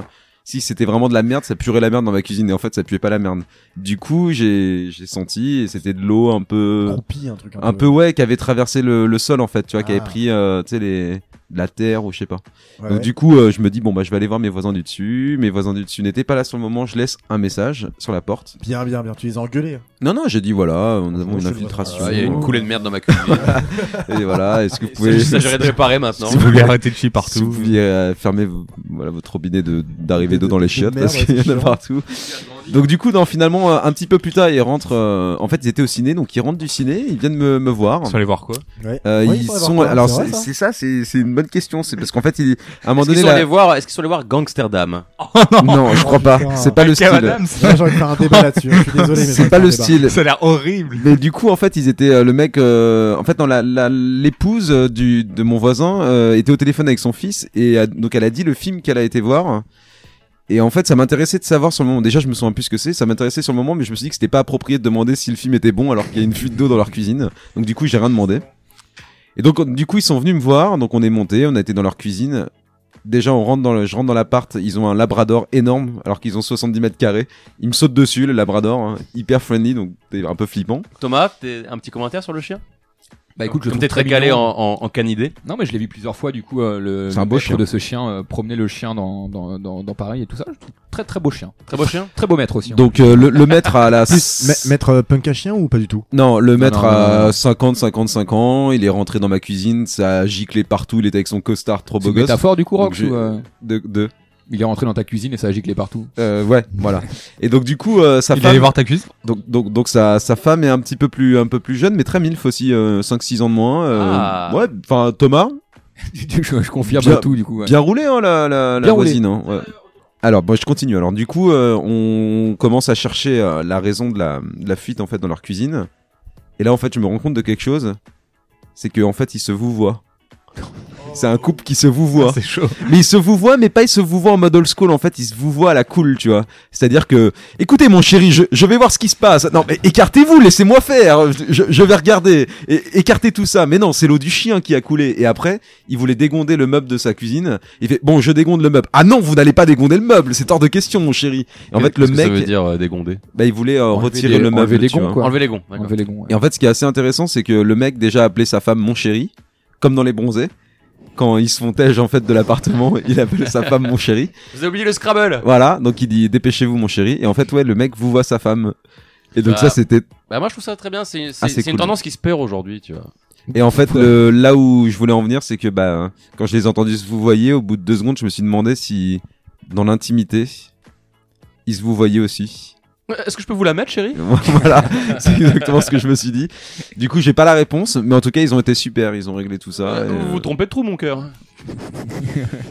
S7: Si c'était vraiment de la merde, ça puerait la merde dans ma cuisine et en fait ça puait pas la merde. Du coup, j'ai j'ai senti et c'était de l'eau un peu
S3: Croupie, un truc un peu-
S7: peu ouais qui avait traversé le, le sol en fait, tu vois, qui
S3: Ah.
S7: avait pris euh, tu sais les de la terre ou je sais pas.
S3: Ouais,
S7: Donc
S3: ouais.
S7: du coup, euh, je me dis bon bah je vais aller voir mes voisins du dessus. Mes voisins du dessus n'étaient pas là sur le moment. Je laisse un message sur la porte.
S3: Bien, bien, bien. Tu les as engueulés. hein.
S7: Non non, j'ai dit voilà, nous avons une
S3: je le vois.
S7: infiltration.
S1: Ah, il y a une coulée de merde dans ma [LAUGHS] cuisine.
S7: Et voilà, est-ce que vous
S1: Ça,
S7: pouvez
S1: je- ça, j'arrête de réparer maintenant.
S7: Si vous voulez
S5: arrêter de
S7: [LAUGHS]
S5: chier
S7: partout, vous pouviez euh, fermer vos- voilà votre robinet de d'arrivée d'eau dans les chiottes
S3: merde,
S7: parce qu'il y en a
S3: chiant.
S7: partout. Donc du coup, non, finalement euh, un petit peu plus tard, ils rentrent. euh, en fait, ils étaient au ciné, donc ils rentrent du ciné, ils viennent me, me voir.
S5: Ils sont allés voir quoi
S3: Ouais.
S7: Euh,
S3: Ouais,
S7: ils
S3: ils sont allés
S7: sont
S3: voir quoi,
S7: alors
S3: c'est vrai,
S7: c'est c'est
S3: ça
S7: ça, c'est c'est une bonne question, c'est parce qu'en fait, ils, à un moment
S1: Est-ce qu'ils
S7: donné
S1: sont
S7: la-
S1: allés voir, est-ce qu'ils sont allés voir Gangsterdam
S7: non, je crois pas.
S3: putain.
S7: C'est pas le
S5: Kev
S7: style.
S5: Adams.
S3: Là, j'ai envie de faire un débat là-dessus. hein, Je
S7: [LAUGHS]
S3: suis désolé, mais
S7: C'est pas le
S3: style
S7: style.
S5: Ça a l'air horrible.
S7: Mais du coup, en fait, ils étaient euh, le mec. euh, en fait, non, la- la- l'épouse euh, du de mon voisin euh, était au téléphone avec son fils et a- donc elle a dit le film qu'elle a été voir. Et en fait, ça m'intéressait de savoir sur le moment. Déjà, je me souviens plus ce que c'est. Ça m'intéressait sur le moment, mais je me suis dit que c'était pas approprié de demander si le film était bon alors qu'il y a une fuite d'eau dans leur cuisine. Donc du coup, j'ai rien demandé. Et donc, on- du coup, ils sont venus me voir. Donc on est monté, on a été dans leur cuisine. Déjà, on rentre dans le, je rentre dans l'appart. Ils ont un labrador énorme, alors qu'ils ont 70 mètres carrés. Ils me sautent dessus, le labrador, hein, hyper friendly, donc c'est un peu flippant.
S1: Thomas, t'es- un petit commentaire sur le chien
S2: Bah écoute, je
S1: Comme
S2: le
S1: t'es
S2: trouve
S1: très
S2: très
S1: calé en,
S2: mignon.
S1: en, en canidé.
S2: Non, mais je l'ai vu plusieurs fois, du coup, euh, le
S7: C'est un
S2: le
S7: beau
S2: maître
S7: chien.
S2: de ce chien euh, promener le chien dans, dans, dans, dans Paris et tout ça. Je trouve très très beau chien.
S1: Très beau chien
S2: Très beau maître aussi. hein.
S7: Donc euh, le, le maître à la
S3: Plus, ma- mettre euh, punk à chien ou pas du tout
S7: non, le maître
S2: non, non,
S7: à
S2: non.
S7: 50 55 ans, il est rentré dans ma cuisine, ça a giclé partout, il était avec son costard trop
S2: c'est
S7: beau
S2: une
S7: gosse.
S2: métaphore du coup,
S7: Donc,
S2: Rox
S7: j'ai-
S2: ou, euh,
S7: De, de
S2: Il est rentré dans ta cuisine et ça a giclé partout. [LAUGHS]
S7: euh, ouais, voilà. Et donc du coup euh, sa
S5: Il est
S7: femme
S5: allé voir ta cuisine
S7: donc donc donc sa, sa femme est un petit peu plus un peu plus jeune mais très milf aussi 5 6 ans de moins euh,
S1: Ah.
S7: ouais, enfin Thomas,
S2: je, je confirme
S7: Bien-
S2: tout du coup. ouais.
S7: Bien roulé, hein, la, la, la
S2: Bien roulé.
S7: voisine. hein, ouais. Alors, bon, je continue. Alors, du coup, euh, on commence à chercher euh, la raison de la, de la fuite, en fait, dans leur cuisine. Et là, en fait, je me rends compte de quelque chose. C'est que en fait, ils se vous voient. [LAUGHS] C'est un couple qui se vouvoie.
S5: c'est chaud.
S7: Mais ils se vouvoient, mais pas ils se vouvoient en mode old school. En fait, ils se vouvoient à la cool, tu vois. C'est-à-dire que, écoutez, mon chéri, je, je vais voir ce qui se passe. Non, mais écartez-vous, laissez-moi faire. Je, je- je vais regarder. É- écartez tout ça. Mais non, c'est l'eau du chien qui a coulé. Et après, il voulait dégonder le meuble de sa cuisine. Il fait, bon, je dégonde le meuble. Ah non, vous n'allez pas dégonder le meuble. C'est hors de question, mon chéri. Et en fait, le
S1: Qu'est-ce que
S7: mec.
S1: ça veut dire euh, dégonder
S7: Bah, il voulait euh,
S1: Enlever
S7: retirer
S1: les-
S7: le meuble.
S1: enlever les
S7: tu
S1: gonds,
S7: vois.
S1: quoi. Enlever les gonds, d'accord.
S2: Enlever les gonds, ouais.
S7: Et en fait, ce qui est assez intéressant, c'est que le mec déjà appelait sa femme mon chéri, comme dans les bronzés. Quand ils se font tège en fait de l'appartement, il appelle sa femme mon chéri.
S1: Vous avez oublié le Scrabble
S7: Voilà, donc il dit dépêchez-vous mon chéri. Et en fait, ouais, le mec vous voit sa femme. Et donc
S1: Ah.
S7: ça, c'était.
S1: Bah moi je trouve ça très bien, c'est c'est-
S7: Ah, c'est
S1: c'est une
S7: cool.
S1: tendance qui se perd aujourd'hui, tu vois.
S7: Et en fait, le- là où je voulais en venir, c'est que bah quand je les ai entendus se vous voyez, au bout de deux secondes, je me suis demandé si dans l'intimité, ils se vous voyaient aussi. [LAUGHS]
S1: Ouais, Euh, Est-ce que je peux vous la mettre chérie
S7: voilà, c'est exactement ce que je me suis dit. Du coup, j'ai pas la réponse, mais en tout cas, ils ont été super, ils ont réglé tout ça.
S1: Euh,
S7: et,
S1: Vous
S7: euh,
S1: vous trompez de trou mon cœur.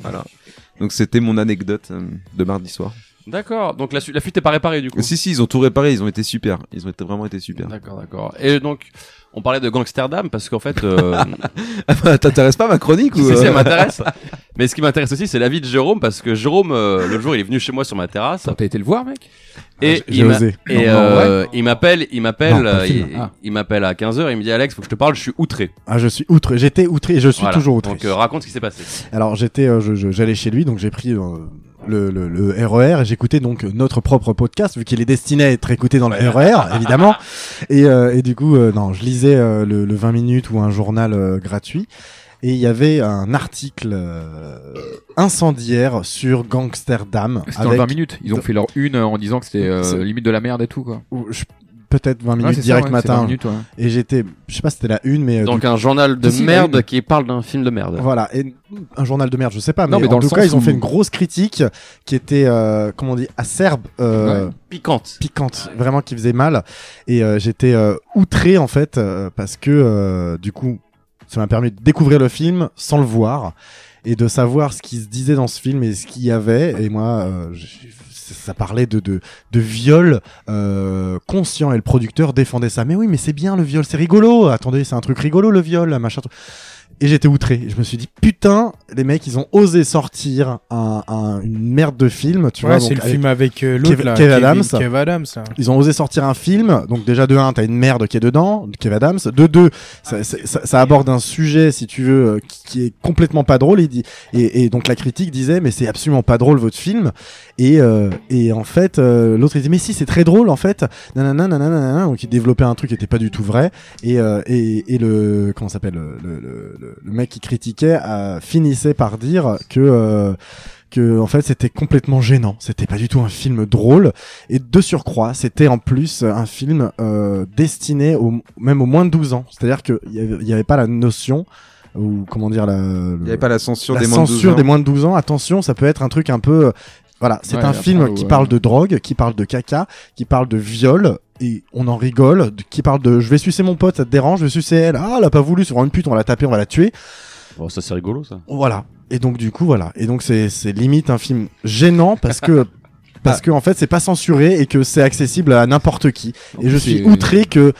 S7: Voilà. euh, Donc c'était mon anecdote euh, de mardi soir.
S1: D'accord, donc la, su- la fuite est pas réparée du coup.
S7: Si si, ils ont tout réparé, ils ont été super, ils ont été vraiment été super.
S1: D'accord, d'accord. Et donc, on parlait de Gangsterdam parce qu'en fait. euh,
S7: Ah bah, T'intéresses pas à ma chronique ou
S1: si, si,
S7: euh,
S1: elle m'intéresse. Mais ce qui m'intéresse aussi, c'est l'avis de Jérôme parce que Jérôme, euh, le jour, il est venu chez moi sur ma terrasse.
S2: T'as été le voir, mec
S1: Et
S3: Ah, j'ai
S1: il m'a-
S3: osé.
S1: et,
S2: Non,
S1: euh, il m'appelle, il
S3: Non,
S1: m'appelle,
S3: pas le
S1: euh,
S3: film.
S1: il,
S2: Ah.
S1: il m'appelle à 15h, il me dit Alex, faut que je te parle, je suis outré.
S3: Ah, je suis outré, j'étais outré et je suis
S1: Voilà.
S3: toujours outré.
S1: Donc euh, raconte ce qui s'est passé.
S3: Alors j'étais, euh, je- je- j'allais chez lui, donc j'ai pris euh, le, le- le RER et j'écoutais donc notre propre podcast vu qu'il est destiné à être écouté dans le
S2: [LAUGHS]
S3: RER évidemment. Et, euh, et du coup, euh, non, je lisais euh, le, le 20 minutes ou un journal euh, gratuit. Et il y avait un article euh, incendiaire sur Gangsterdam.
S2: C'était en
S3: Avec,
S2: 20 minutes. Ils ont fait leur une euh, en disant que c'était euh,
S3: C'est-
S2: limite de la merde et tout, quoi.
S3: ou, je- peut-être 20
S2: Ouais,
S3: minutes
S2: c'est ça,
S3: direct
S2: ouais, c'est
S3: matin.
S2: 20 minutes, ouais.
S3: Et j'étais, je sais pas, si c'était la une, mais euh,
S1: Donc un journal de
S2: Si, si,
S1: merde
S2: oui.
S1: qui parle d'un film de merde.
S3: Voilà, et un journal de merde, je sais pas, mais,
S2: Non, mais dans
S3: en
S2: le
S3: tout cas,
S2: sens
S3: ils ont
S2: où-
S3: fait une grosse critique qui était, euh, comment on dit, acerbe, euh,
S1: Piquante.
S3: piquante, vraiment qui faisait mal. Et euh, j'étais euh, outré en fait euh, parce que euh, du coup, ça m'a permis de découvrir le film sans le voir et de savoir ce qui se disait dans ce film et ce qu'il y avait. Et moi, euh, j'ai- ça ça parlait de, de, de viol euh, conscient et le producteur défendait ça. Mais oui, mais c'est bien le viol, c'est rigolo. Attendez, c'est un truc rigolo le viol, machin. truc. Et j'étais outré. Je me suis dit putain, les mecs, ils ont osé sortir un, un- une merde de film, tu vois.
S8: Ouais, c'est
S3: donc
S8: le
S3: avec-
S8: film avec euh, l'autre
S3: Kev-
S8: là.
S3: Kev
S8: Kevin-
S3: Adams.
S8: Kev Adams, là.
S3: ils ont osé sortir un film, donc déjà de un, t'as une merde qui est dedans, Kev Adams. De deux, ça, ça- ça- ça aborde un sujet, si tu veux, euh, qui, qui est complètement pas drôle. Il dit, et, et donc la critique disait, mais c'est absolument pas drôle votre film. Et, euh, et en fait, euh, l'autre il dit, mais si, c'est très drôle en fait. Nanana, nanana, nanana. Donc il développait un truc qui était pas du tout vrai. Et, euh, et, et le comment ça s'appelle le, le, le, le mec qui critiquait euh, finissait par dire que euh, que en fait c'était complètement gênant, c'était pas du tout un film drôle et de surcroît c'était en plus un film euh, destiné au, même aux moins de 12 ans, c'est-à-dire que il y avait, il y avait pas la notion ou comment dire la,
S7: Il y avait pas la censure
S3: la
S7: des moins de 12
S3: censure
S7: ans.
S3: des moins de 12 ans. Attention, ça peut être un truc un peu. euh, Voilà, c'est
S2: Ouais,
S3: un
S2: après,
S3: film
S2: ouais.
S3: qui parle de drogue, qui parle de caca, qui parle de viol, et on en rigole, de- qui parle de je vais sucer mon pote, ça te dérange, je vais sucer elle, ah, elle a pas voulu, sur une pute, on va la taper, on va la tuer.
S1: Bon, ça c'est rigolo ça.
S3: Voilà. Et donc, du coup, voilà. Et donc, c'est c'est limite un film gênant parce
S2: [LAUGHS]
S3: que. Parce que en fait c'est pas censuré et que c'est accessible à n'importe qui.
S2: En
S3: Et je
S2: plus,
S3: suis
S2: c'est-
S3: outré que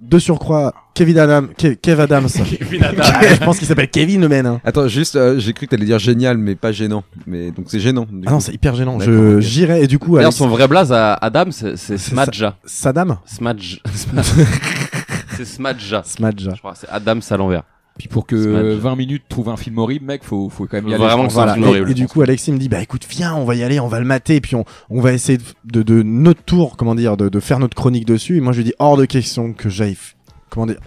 S3: de surcroît Kevin Adam, Ke- Kev
S2: [LAUGHS]
S3: Adams, [LAUGHS] je pense qu'il s'appelle Kevin le mec, hein.
S7: Attends, juste, euh, j'ai cru que t'allais dire génial, mais pas gênant. Mais donc c'est gênant. du
S3: Ah non
S7: coup.
S3: c'est hyper gênant.
S7: D'accord,
S3: Je
S7: ok.
S3: j'irai et du coup
S1: D'ailleurs,
S3: Alex,
S1: son vrai blaze à Adam, c'est c'est
S3: C'est
S1: Smadja. [LAUGHS]
S3: Saddam,
S1: Smadja. C'est
S3: [LAUGHS]
S1: Smadja.
S3: Smadja.
S1: Je crois, c'est Adam à l'envers.
S2: Puis pour que
S1: Smash.
S2: euh, 20 minutes trouvent un film horrible, mec, faut, faut quand même y
S1: Faut
S2: aller.
S1: vraiment
S2: je pense.
S1: que ça-
S3: Voilà.
S1: film
S3: Et-
S1: horrible,
S3: Et,
S1: je
S3: du
S1: pense.
S3: coup, Alexis me dit, bah écoute, viens, on va y aller, on va le mater, et puis on, on va essayer de, de, de notre tour, comment dire, de, de faire notre chronique dessus. Et moi, je lui dis, hors de question que j'aille, f- comment dire,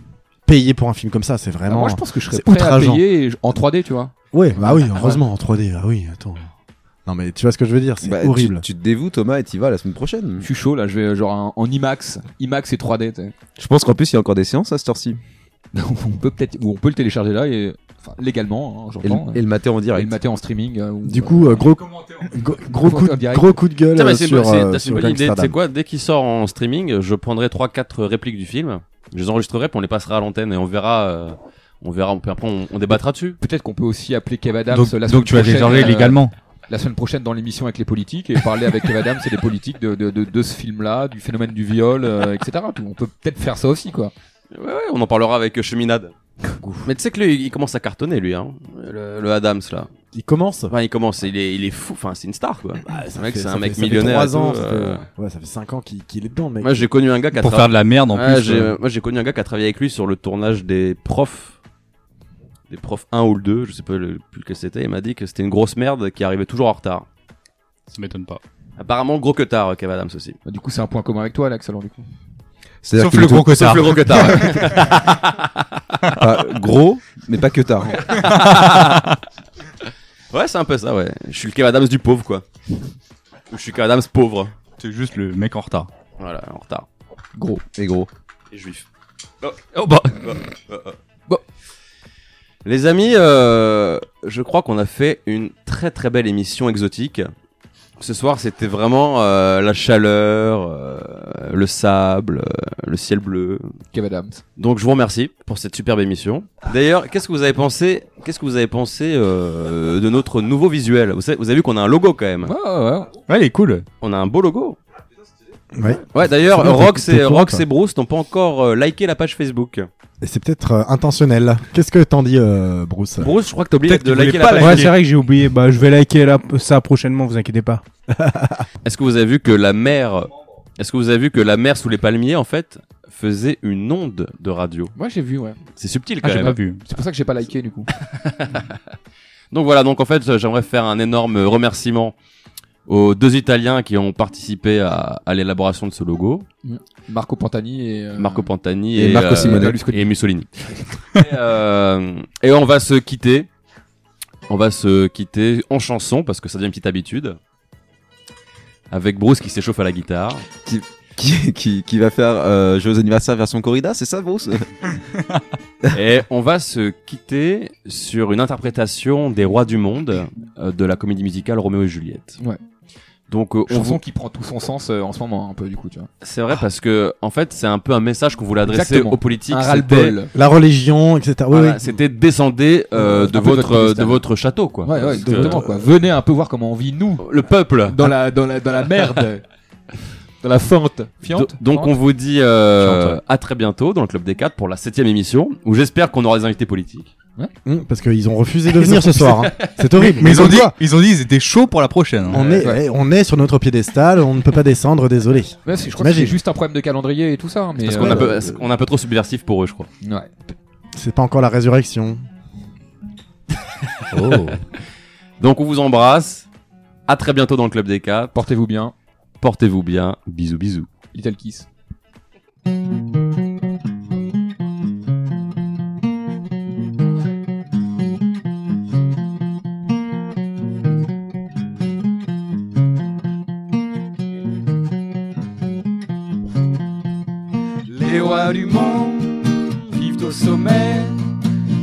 S3: payer pour un film comme ça, c'est
S2: Ah,
S3: vraiment.
S2: moi, je pense que je serais
S3: c'est
S2: prêt à
S3: outrageant.
S2: payer et je- en 3D, tu vois.
S3: Ouais, bah oui, heureusement, en 3D, ah oui, attends. Non, mais tu vois ce que je veux dire, c'est
S7: Bah, tu-
S3: horrible. Mm.
S7: Tu, te dévoues Thomas et t'y vas la semaine prochaine.
S2: Je suis chaud, là, je vais euh, genre un- en IMAX. IMAX et 3D, tu sais.
S7: Je pense qu'en plus il y a encore des séances à cette heure-ci.
S2: [LAUGHS] on peut peut-être, ou on peut le télécharger là et, enfin, légalement, hein,
S7: Et, le-
S2: j'entends.
S7: et le matin en
S2: Et
S7: direct.
S2: le mater en streaming. euh, ou-
S3: Du coup, euh, gros, gros, gros coup, de-
S2: en direct.
S3: gros coup de gueule
S1: Tiens, mais
S3: euh,
S1: c'est
S3: sur,
S1: c'est-
S3: euh,
S1: t'as
S3: sur
S1: une bonne idée. Tu sais
S3: Gangsterdam.
S1: quoi Dès qu'il sort en streaming, je prendrai 3-4 répliques du film. Je les enregistrerai, puis on les passera à l'antenne et on verra. euh, on verra, on peut, après on, on débattra dessus.
S2: Peut-être qu'on peut aussi appeler Kev Adams
S5: Donc,
S2: euh, la semaine
S5: donc tu vas
S2: prochaine,
S5: télécharger
S2: euh,
S5: légalement.
S2: La semaine prochaine dans l'émission avec les politiques et parler avec Kev Adams et les politiques de, de, de, de ce film-là, du phénomène du viol, euh, etc. Tout. On peut peut-être faire ça aussi, quoi.
S1: Ouais, ouais, on en parlera avec euh, Cheminade. [LAUGHS] Mais tu sais que lui, il commence à cartonner, lui, hein. Le, le Adams, là.
S3: Il commence
S1: Enfin, il commence. Il est, il est fou. Enfin, c'est une star, quoi.
S3: ça
S1: Le mec,
S3: fait-
S1: c'est
S3: ça
S1: un
S3: fait-
S1: mec
S3: ça fait
S1: millionnaire.
S3: trois
S1: et
S3: ans,
S1: tout,
S3: ça fait-
S1: euh,
S3: ouais, ça fait 5 ans qu'il qu'il est dedans, mec.
S1: Moi, j'ai connu un gars qui a
S5: Pour
S1: tra-
S5: faire de la merde, en
S1: Ouais,
S5: plus,
S1: Ah, j'ai-
S5: euh.
S1: Moi, j'ai connu un gars qui a travaillé avec lui sur le tournage des profs. Des profs 1 ou le 2, je sais pas le, plus lequel c'était. Il m'a dit que c'était une grosse merde qui arrivait toujours en retard.
S5: Ça m'étonne pas.
S1: Apparemment, gros que tard, euh, Kev Adams aussi.
S2: Bah, Du coup, c'est un point commun avec toi, Axel, du coup.
S7: C'est-à-dire que tout-
S1: Sauf le gros que tard.
S7: Pas gros, mais pas que tard. [LAUGHS]
S1: ouais, c'est un peu ça, ouais. Je suis le Kev Adams du pauvre, quoi. Ou je suis Kev Adams pauvre.
S5: [LAUGHS] C'est juste le mec en retard.
S1: Voilà, en retard.
S7: Gros et gros.
S1: Et juif.
S5: Oh bah.
S1: Les amis, euh, je crois qu'on a fait une très très belle émission exotique. Ce soir, c'était vraiment euh, la chaleur, euh, le sable, euh, le ciel bleu.
S2: Kev Adams.
S1: Donc, je vous remercie pour cette superbe émission. D'ailleurs, qu'est-ce que vous avez pensé Qu'est-ce que vous avez pensé euh, de notre nouveau visuel vous, savez- vous avez vu qu'on a un logo quand même.
S2: Ouais, ouais, ouais.
S5: Ouais, il est cool.
S1: On a un beau logo.
S3: Ouais.
S1: Ouais, d'ailleurs,
S3: Sinon,
S1: Rox
S3: t'es- t'es
S1: et,
S3: con,
S1: Rox
S3: toi.
S1: et Bruce n'ont pas encore euh, liké la page Facebook.
S3: Et c'est peut-être euh, intentionnel. Qu'est-ce que t'en dis, euh, Bruce
S1: Bruce, je crois que t'as oublié
S5: Peut-être
S1: de
S5: qu'ils
S1: liker
S5: voulaient
S1: la
S5: pas
S1: page.
S5: liker.
S4: Ouais, c'est vrai que j'ai oublié. Bah, je vais liker la- ça prochainement, vous inquiétez pas.
S1: Est-ce que vous avez vu que la mer, est-ce que vous avez vu que la mer sous les palmiers en fait faisait une onde de radio
S2: Moi, j'ai vu, ouais.
S1: C'est subtil
S5: Ah,
S1: quand
S5: j'ai
S1: même.
S5: pas vu.
S2: C'est pour ça que j'ai pas liké, du coup.
S1: Donc voilà, donc en fait, euh, j'aimerais faire un énorme remerciement aux deux Italiens qui ont participé à, à l'élaboration de ce logo,
S2: Marco Pantani et. euh,
S1: Marco Pantani
S7: et
S1: et,
S7: Marco Simone.
S1: et Mussolini. et, euh, et on va se quitter. On va se quitter en chanson parce que ça devient une petite habitude. Avec Bruce qui s'échauffe à la guitare.
S7: Qui, qui, qui va faire euh, Joyeux anniversaire version corrida, c'est ça, Bruce
S1: Et on va se quitter sur une interprétation des rois du monde euh, de la comédie musicale Roméo et Juliette.
S2: Ouais.
S1: Donc euh, on
S2: Chanson
S1: vous...
S2: qui prend tout son sens euh, en ce moment, un peu, du coup, tu vois.
S1: c'est vrai parce que en fait c'est un peu un message qu'on voulait adresser
S2: Exactement.
S1: aux politiques.
S2: un
S1: C'était
S2: ras-le-bol.
S3: La religion, etc. Oui,
S1: voilà,
S3: oui.
S1: c'était descendez euh,
S2: Un
S1: de
S2: peu de
S1: votre
S2: votre
S1: euh, de
S2: cristal.
S1: votre château quoi.
S2: Ouais, ouais,
S1: Parce que-
S2: exactement, quoi. Venez un peu voir comment on vit, nous,
S1: Le peuple.
S2: dans la, dans la, dans la merde. [LAUGHS] dans la fente. Fiante.
S1: Do- donc
S2: Fente.
S1: on vous dit euh,
S5: Fiante.
S1: à très bientôt dans le club des 4 pour la septième émission où j'espère qu'on aura des invités politiques.
S3: Hum, parce qu'ils
S5: [LAUGHS]
S3: ont refusé de venir ce soir. hein. C'est horrible.
S5: Mais ils ont,
S3: Comme
S5: dit,
S3: quoi,
S5: ils ont dit ils étaient chauds pour la prochaine. hein.
S3: On est, ouais, on est sur notre piédestal, on ne peut pas descendre, désolé.
S2: Ouais, c'est- je crois que
S3: T'imagines
S2: c'est juste un problème de calendrier et tout ça. hein, Mais
S1: Parce qu'on
S2: euh,
S1: a un peu- on est un peu trop subversif pour eux je crois.
S2: ouais.
S3: C'est pas encore la résurrection.
S1: Donc on vous embrasse. À très bientôt dans le club des 4.
S2: Portez-vous bien.
S1: Portez-vous bien. Bisous, bisous.
S2: Little Kiss.
S11: Les rois du monde vivent au sommet.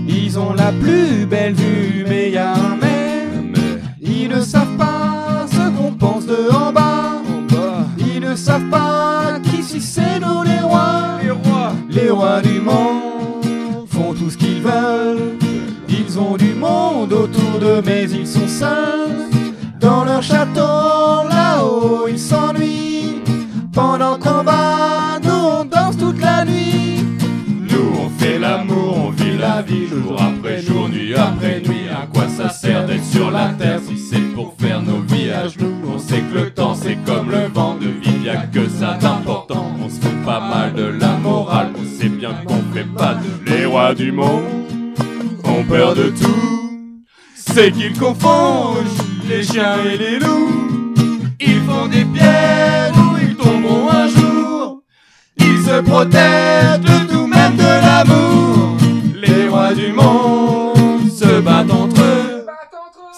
S11: Ils ont la plus belle vue, mais y a un mais. Ils ne savent pas ce qu'on pense de en bas. Ils ne savent pas qu'ici c'est nous les rois. Les rois, du monde font tout ce qu'ils veulent. Ils ont du monde autour d'eux, mais ils sont seuls. Dans leur château, là-haut, ils s'ennuient. Pendant qu'en bas, nous on danse toute la nuit. Nous on fait l'amour, on vit la vie jour après jour, nuit après nuit. À quoi ça sert d'être sur la terre si c'est pour faire nos vies à genoux On sait que le temps c'est comme le vent de vie, y'a que ça d'important. On se fout pas mal de la morale, on sait bien qu'on fait pas de les rois du monde. On peur de tout, c'est qu'ils confondent les chiens et les loups. Ils font des pièges où ils tomberont un jour. Ils se protègent de tout, même de l'amour. Les rois du monde se battent entre eux.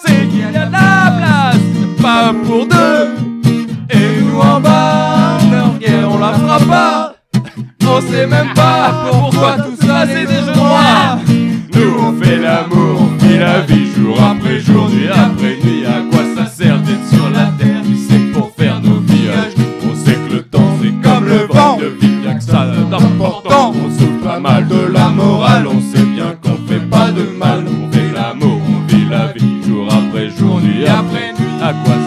S11: C'est qu'il y a de la place, pas pour deux. Et nous en bas, leur guerre, on la fera pas. On sait même pas pourquoi tout ça c'est des jeux de rois. Nous on fait l'amour, on vit la vie jour après jour, nuit après nuit. À quoi ça sert d'être sur la terre si c'est pour faire nos villages On sait que le temps c'est comme le vent de vie, y'a que ça d'important. On souffre pas mal de la morale, on sait bien qu'on fait pas de mal. On fait l'amour, on vit la vie jour après jour, nuit après nuit. À quoi ça